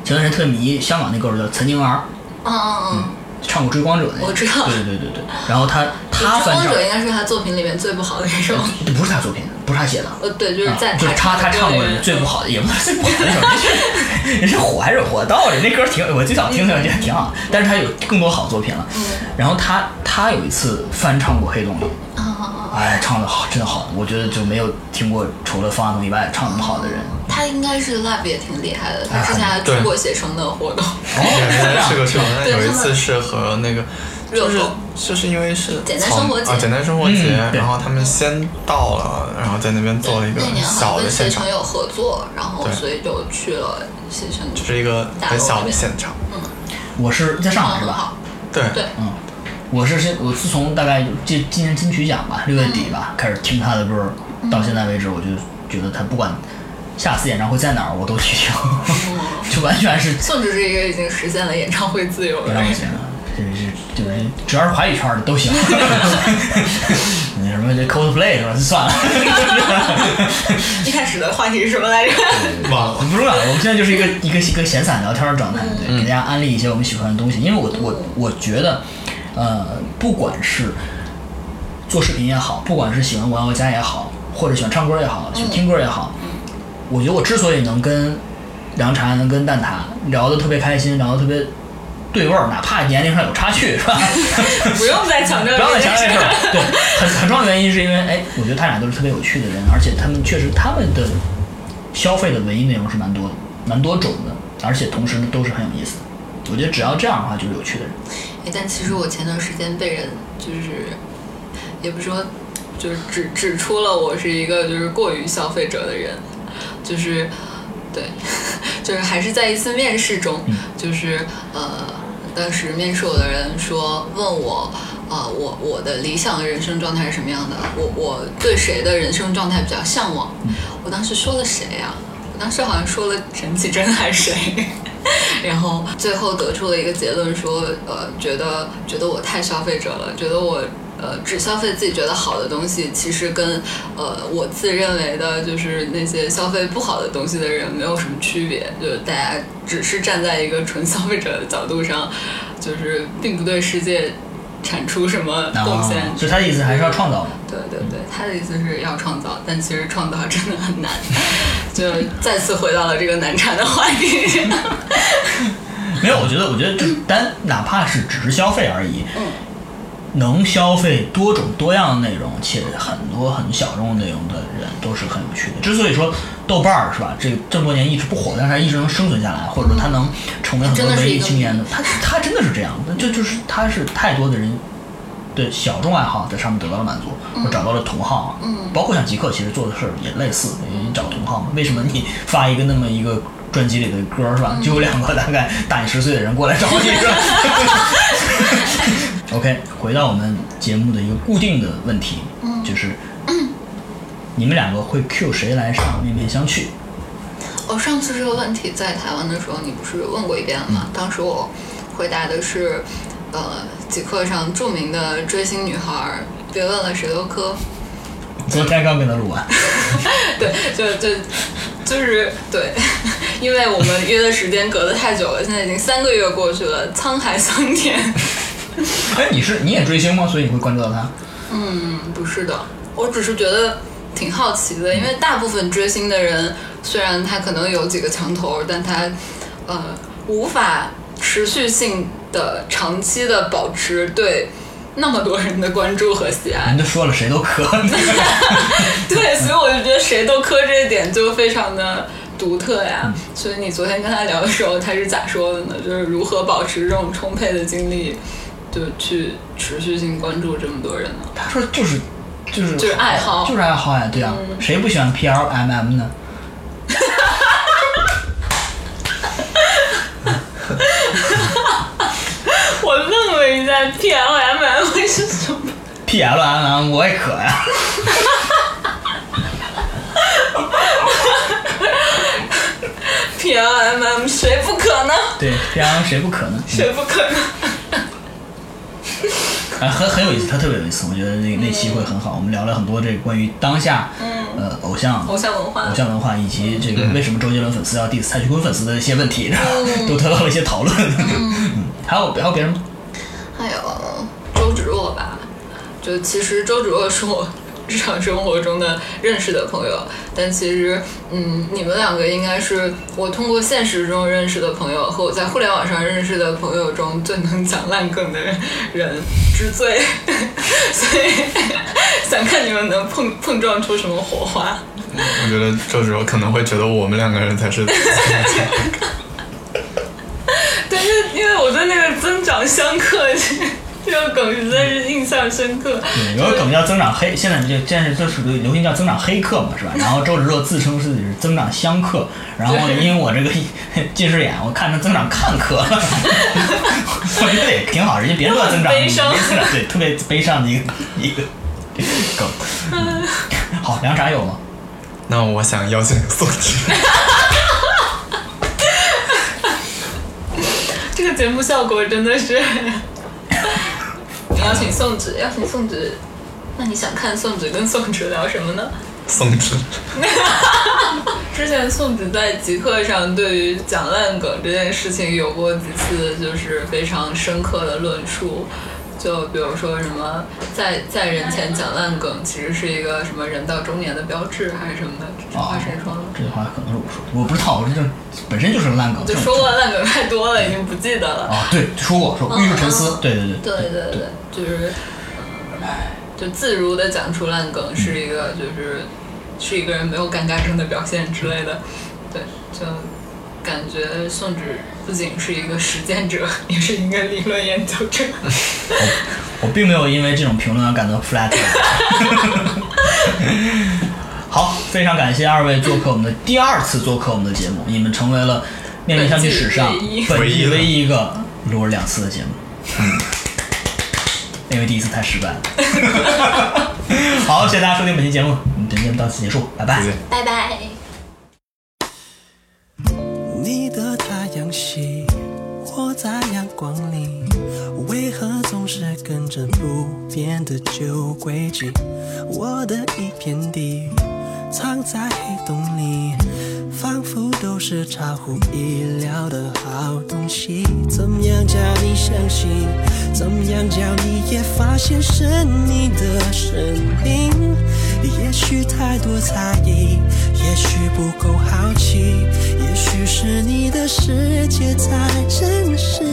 Speaker 4: 前段时间特迷香港那歌手叫岑宁儿，
Speaker 2: 嗯嗯嗯，
Speaker 4: 唱过《追光者》那个，
Speaker 2: 我知道
Speaker 4: 对对对对对。然后他他
Speaker 2: 追
Speaker 4: 翻
Speaker 2: 光
Speaker 4: 唱
Speaker 2: 者》应该是他作品里面最不好的一首。
Speaker 4: 不是他作品，不是他写的。
Speaker 2: 呃，对，就是
Speaker 4: 啊
Speaker 2: 在
Speaker 4: 就是他他唱过的最不好的，也不是最不好的一首， 人家人家火还是火到了，那歌挺我最早听的，我觉得挺好，但是他有更多好作品了。
Speaker 2: 嗯
Speaker 4: 然后他他有一次翻唱过《黑洞》，
Speaker 2: 啊，
Speaker 4: 哎，唱的好，真的好，我觉得就没有听过除了方大同以外唱那么好的人。
Speaker 2: 他应该是 Love 也挺厉害的，他
Speaker 4: 哎
Speaker 2: 之前还出
Speaker 6: 对
Speaker 2: 过写生的活动。
Speaker 4: 哦
Speaker 6: 原 来是个什么？那
Speaker 2: 对
Speaker 6: 有一
Speaker 2: 他们
Speaker 6: 次是和那个，就是
Speaker 2: 热狗
Speaker 6: 就是因为是
Speaker 2: 简单
Speaker 6: 从
Speaker 2: 生活节
Speaker 6: 啊，简单生活节
Speaker 4: 嗯，对
Speaker 6: 然后他们先到了，然后在那边做了一个
Speaker 2: 那年好
Speaker 6: 小
Speaker 2: 像
Speaker 6: 的
Speaker 2: 跟
Speaker 6: 现
Speaker 2: 携
Speaker 6: 场
Speaker 2: 程，有合作，然后
Speaker 6: 对
Speaker 2: 所以就去了携程。
Speaker 6: 就是一个很小的现场。
Speaker 4: 我是在上海
Speaker 2: 唱
Speaker 4: 是
Speaker 2: 得嗯很
Speaker 4: 吧？
Speaker 2: 哦好，
Speaker 6: 对，
Speaker 2: 对，
Speaker 4: 我是先我自从大概今今年金曲奖吧，六月
Speaker 2: 嗯
Speaker 4: 底吧、开始听他的歌，到现在为止，我就觉得他不管下次演唱会在哪儿，我都去听，
Speaker 2: 嗯
Speaker 4: 就完全是
Speaker 2: 宋只是一个已经实现了演唱会自由
Speaker 4: 不
Speaker 2: 的
Speaker 4: 让我
Speaker 2: 人。
Speaker 4: 行，就是就是只要是华语圈的都行。 你什么这 cosplay 是吧？算了，
Speaker 2: 一开始的话题是什么来着？
Speaker 6: 忘了。
Speaker 4: 不重要。我们现在就是一个一个一个闲散聊天的状态，对，给大家安利一些我们喜欢的东西。因为我我我觉得，呃，不管是做视频也好，不管是喜欢玩游家也好，或者喜欢唱歌也好，喜欢听歌也好，我觉得我之所以能跟凉茶、能跟蛋挞聊得特别开心，聊得特别对味儿，哪怕年龄上有差距，是吧？
Speaker 2: 不用再强调
Speaker 4: 不要
Speaker 2: 这
Speaker 4: 再强
Speaker 2: 件
Speaker 4: 调这事
Speaker 2: 事
Speaker 4: 儿。对，很很重要的原因是因为，哎，我觉得他俩都是特别有趣的人，而且他们确实他们的消费的文艺内容是蛮多的，蛮多种的，而且同时都是很有意思的。我觉得只要这样的话，就是有趣的人。
Speaker 2: 哎，但其实我前段时间被人就是，也不是说，就是指指出了我是一个就是过于消费者的人，就是对， 就是还是在一次面试中，就是呃，当时面试我的人说问我。啊、我我的理想的人生状态是什么样的？我我对谁的人生状态比较向往？我当时说了谁呀、我当时好像说了陈绮贞还是谁？ 然后最后得出了一个结论说，呃，觉得觉得我太消费者了，觉得我呃只消费自己觉得好的东西，其实跟呃我自认为的就是那些消费不好的东西的人没有什么区别，就是大家只是站在一个纯消费者的角度上，就是并不对世界产出什么
Speaker 4: 哦
Speaker 2: 贡献。
Speaker 4: 所以他的意思还是要创造嘛。
Speaker 2: 对对对，他的意思是要创造，但其实创造真的很难。 就再次回到了这个难缠的话题。
Speaker 4: 没有，我觉得，我觉得就是单哪怕是只是消费而已，
Speaker 2: 嗯
Speaker 4: 能消费多种多样的内容，且很多很小众的内容的人都是很有趣的。之所以说豆瓣儿是吧，这这么多年一直不火，但是它一直能生存下来，或者说它能成为很多
Speaker 2: 嗯真的是
Speaker 4: 文
Speaker 2: 一
Speaker 4: 艺
Speaker 2: 个
Speaker 4: 青年的， 它它真的是这样，就就是它是太多的人。的小众爱好在上面得到了满足，或找到了同好，嗯，包括像极客其实做的事儿也类似，你找同好嘛。为什么你发一个那么一个专辑里的歌是吧，就有两个大概大你十岁的人过来找你是吧？OK，回到我们节目的一个固定的问题，就是、你们两个会 Q 谁来上面面相觑？
Speaker 2: 哦，上次这个问题在台湾的时候，你不是问过一遍了吗？当时我回答的是，呃，极客上著名的追星女孩儿，别问了，谁都磕。
Speaker 4: 昨天刚跟他录完，
Speaker 2: 对，就就就是对， 因为我们约的时间隔得太久了，现在已经三个月过去了，沧海桑田。
Speaker 4: 哎，你是你也追星吗？所以你会关注到他？
Speaker 2: 不是的，我只是觉得挺好奇的，因为大部分追星的人，虽然他可能有几个墙头，但他呃无法持续性的、长期的保持对那么多人的关注和喜爱。
Speaker 4: 人家说了谁都磕，
Speaker 2: 对，所以我就觉得谁都磕这一点就非常的。独特呀，所以你昨天跟他聊的时候，他是咋说的呢？就是如何保持这种充沛的精力，就去持续性关注这么多人呢？
Speaker 4: 他说就是就是
Speaker 2: 就是爱好嗯
Speaker 4: 就是爱好呀，对啊，谁不喜欢 P L M M 呢？
Speaker 2: 我愣了一下，P L M M 会是什么？
Speaker 4: P L M M 我也渴呀。
Speaker 2: P L M M 谁不可呢？
Speaker 4: 对，P L 谁不渴呢？嗯
Speaker 2: 谁不可呢？
Speaker 4: 啊，很很有意思，他特别有意思，我觉得那那期会很好。我们聊了很多这个关于当下，呃，偶像
Speaker 2: 嗯偶像文化
Speaker 4: 偶，像文化以及这个为什么周杰伦粉丝要 diss 蔡徐坤粉丝的一些问题，是吧都得到了一些讨论。 嗯，还有还有别人吗
Speaker 2: 还有周芷若吧，就其实周芷若是我日常生活中的认识的朋友，但其实嗯，你们两个应该是我通过现实中认识的朋友和我在互联网上认识的朋友中最能讲烂梗的人之最，所以 想看你们能碰碰撞出什么火花。
Speaker 6: 我觉得周芷若可能会觉得我们两个人才是
Speaker 2: 但是因为我对那个增长相克这个梗实在是印象深刻。
Speaker 4: 对，有个梗叫增长黑，现在就现在就是流行叫增长黑客嘛，是吧？然后周芷若自称是增长香客，然后因为我这个 近视眼，我看成增长看客 了，我觉得也挺好，人家别说增长，
Speaker 2: 悲伤
Speaker 4: 别增长对，特别悲伤的一个一个梗。 嗯好，凉茶有吗？
Speaker 6: 那我想邀请宋芷若，
Speaker 2: 这个节目效果真 的是，你邀请宋芷，邀请宋芷，那你想看宋芷跟宋芷聊什么呢？
Speaker 6: 宋芷若。
Speaker 2: 之前宋芷在极客上对于讲烂梗这件事情有过几次就是非常深刻的论述，就比如说什么在在人前讲烂梗其实是一个什么人到中年的标志还是什么的，这话谁说的？
Speaker 4: 这句话可能是我说的，我不知道，我这就本身就是个烂梗。这
Speaker 2: 就
Speaker 4: 种
Speaker 2: 说过的烂梗太多了，已经不记得了。
Speaker 4: 啊，对，说过说过
Speaker 2: 嗯
Speaker 4: 玉树沉思
Speaker 2: 嗯，
Speaker 4: 对对对
Speaker 2: 对对对，就是，就自如的讲出烂梗是一个就是是一个人没有尴尬症的表现之类的。对，就感觉宋纸不仅是一个实践者，也是一个理论研究者。
Speaker 4: 我并没有因为这种评论而感到 flat。好，非常感谢二位做客我们的第二次做客我们的节目，你们成为了面面相觑史上本
Speaker 6: 唯一
Speaker 4: 季
Speaker 6: 的
Speaker 4: 唯一一个录了两次的节目。因为第一次太失败了。
Speaker 6: 嗯
Speaker 4: 好，谢谢大家收听本期节目，我们本期节目到此结束，拜拜。
Speaker 2: 拜拜。
Speaker 3: 你的太阳系，我在阳光里，为何总是跟着不变的旧轨迹？我的一片地，藏在黑洞里，仿佛都是超乎意料的好东西。怎样叫你相信？怎样叫你也发现生命的生命？也许太多猜疑，也许不够好奇，也许是你的世界太真实。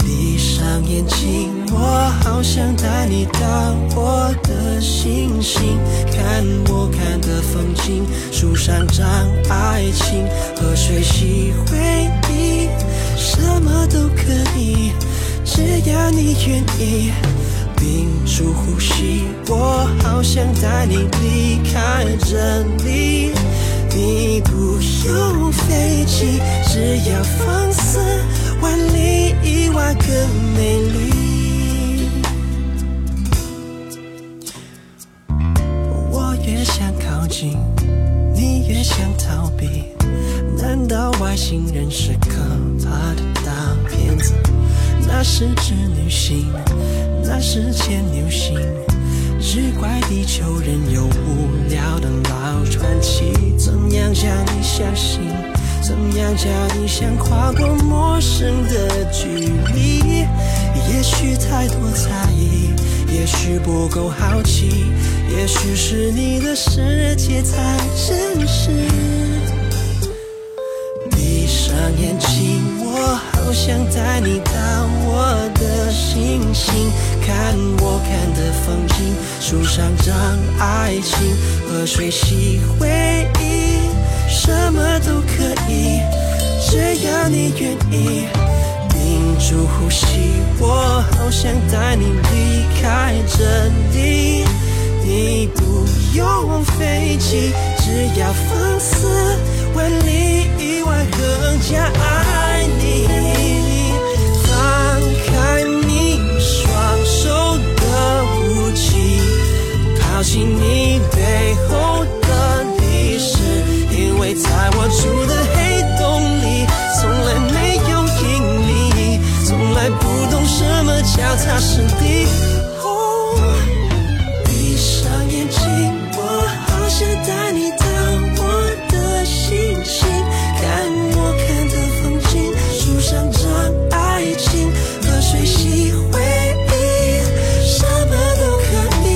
Speaker 3: 闭上眼睛，我好想带你到我的星星，看我看的风景，树上长爱情，河水洗回忆，什么都可以，只要你愿意。屏住呼吸，我好想带你离开这里。你不用飞机，只要放肆，万里以外更美丽。我越想靠近，你越想逃避。难道外星人是可怕的大骗子？那是织女星，那是牵牛星，只怪地球人有无聊的老传奇。怎样叫你相信？怎样叫你想跨过陌生的距离？也许太多猜疑，也许不够好奇，也许是你的世界太真实。闭上眼睛，我好想带你到我的星星，看我看的风景，树上长爱情，河水洗回忆，什么都可以，只要你愿意。屏住呼吸，我好想带你离开这里。你不用飞机，只要放肆，万里以外更加爱你。放开你双手的武器，抛弃你背后的历史，因为在我住的黑洞里，从来没有引力，从来不懂什么叫踏实地。哦闭上眼睛，我好想带你到我的星星，看我看的风景，树上长爱情，河水洗回忆，什么都可以，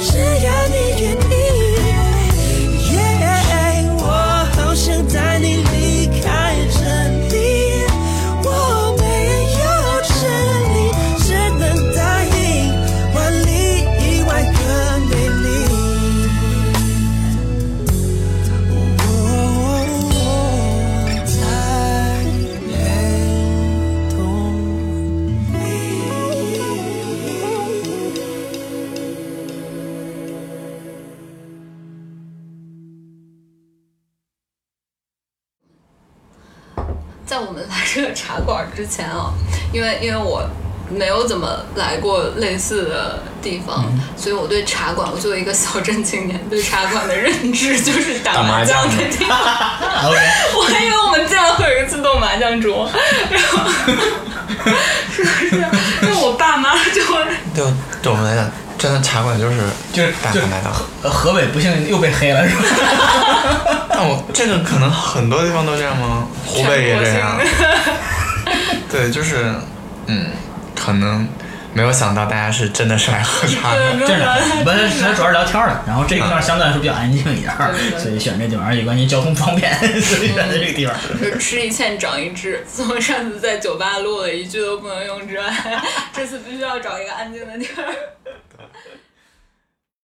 Speaker 3: 只要你愿意。耶，我好想带你离开这里，我没有真理，只能答应万里以外的美丽。哦，在黑洞里。
Speaker 2: 在我们来这个茶馆之前啊，因为因为我没有怎么来过类似的地方，所以我对茶馆，我作为一个小镇青年，对茶馆的认知就是打
Speaker 6: 打麻
Speaker 2: 麻将
Speaker 6: 将
Speaker 2: 的
Speaker 6: 的
Speaker 2: 地方。
Speaker 4: OK，
Speaker 2: 我还以为我们竟然会有一次动麻将桌，然后是的是的，因为我爸妈就会
Speaker 6: 对对我们来讲，真的茶馆就是
Speaker 4: 就是
Speaker 6: 打
Speaker 4: 就
Speaker 6: 卡麦当。
Speaker 4: 呃河北不幸又被黑了是吧？
Speaker 6: 但我这个可能很多地方都这样吗？湖北也这样。对，就是嗯，可能没有想到大家是真的是来喝茶的。嗯
Speaker 2: 对
Speaker 4: 这样，我们是主要是聊天儿的，然后这个地方相对来说比较安静一点儿
Speaker 2: 对对，对
Speaker 4: 所以选这地方，而且关键交通方便， 所以选的这个地方。
Speaker 2: 就是吃一堑长一智。自从 上次在酒吧录了一句都不能用之外，这次必须要找一个安静的地儿。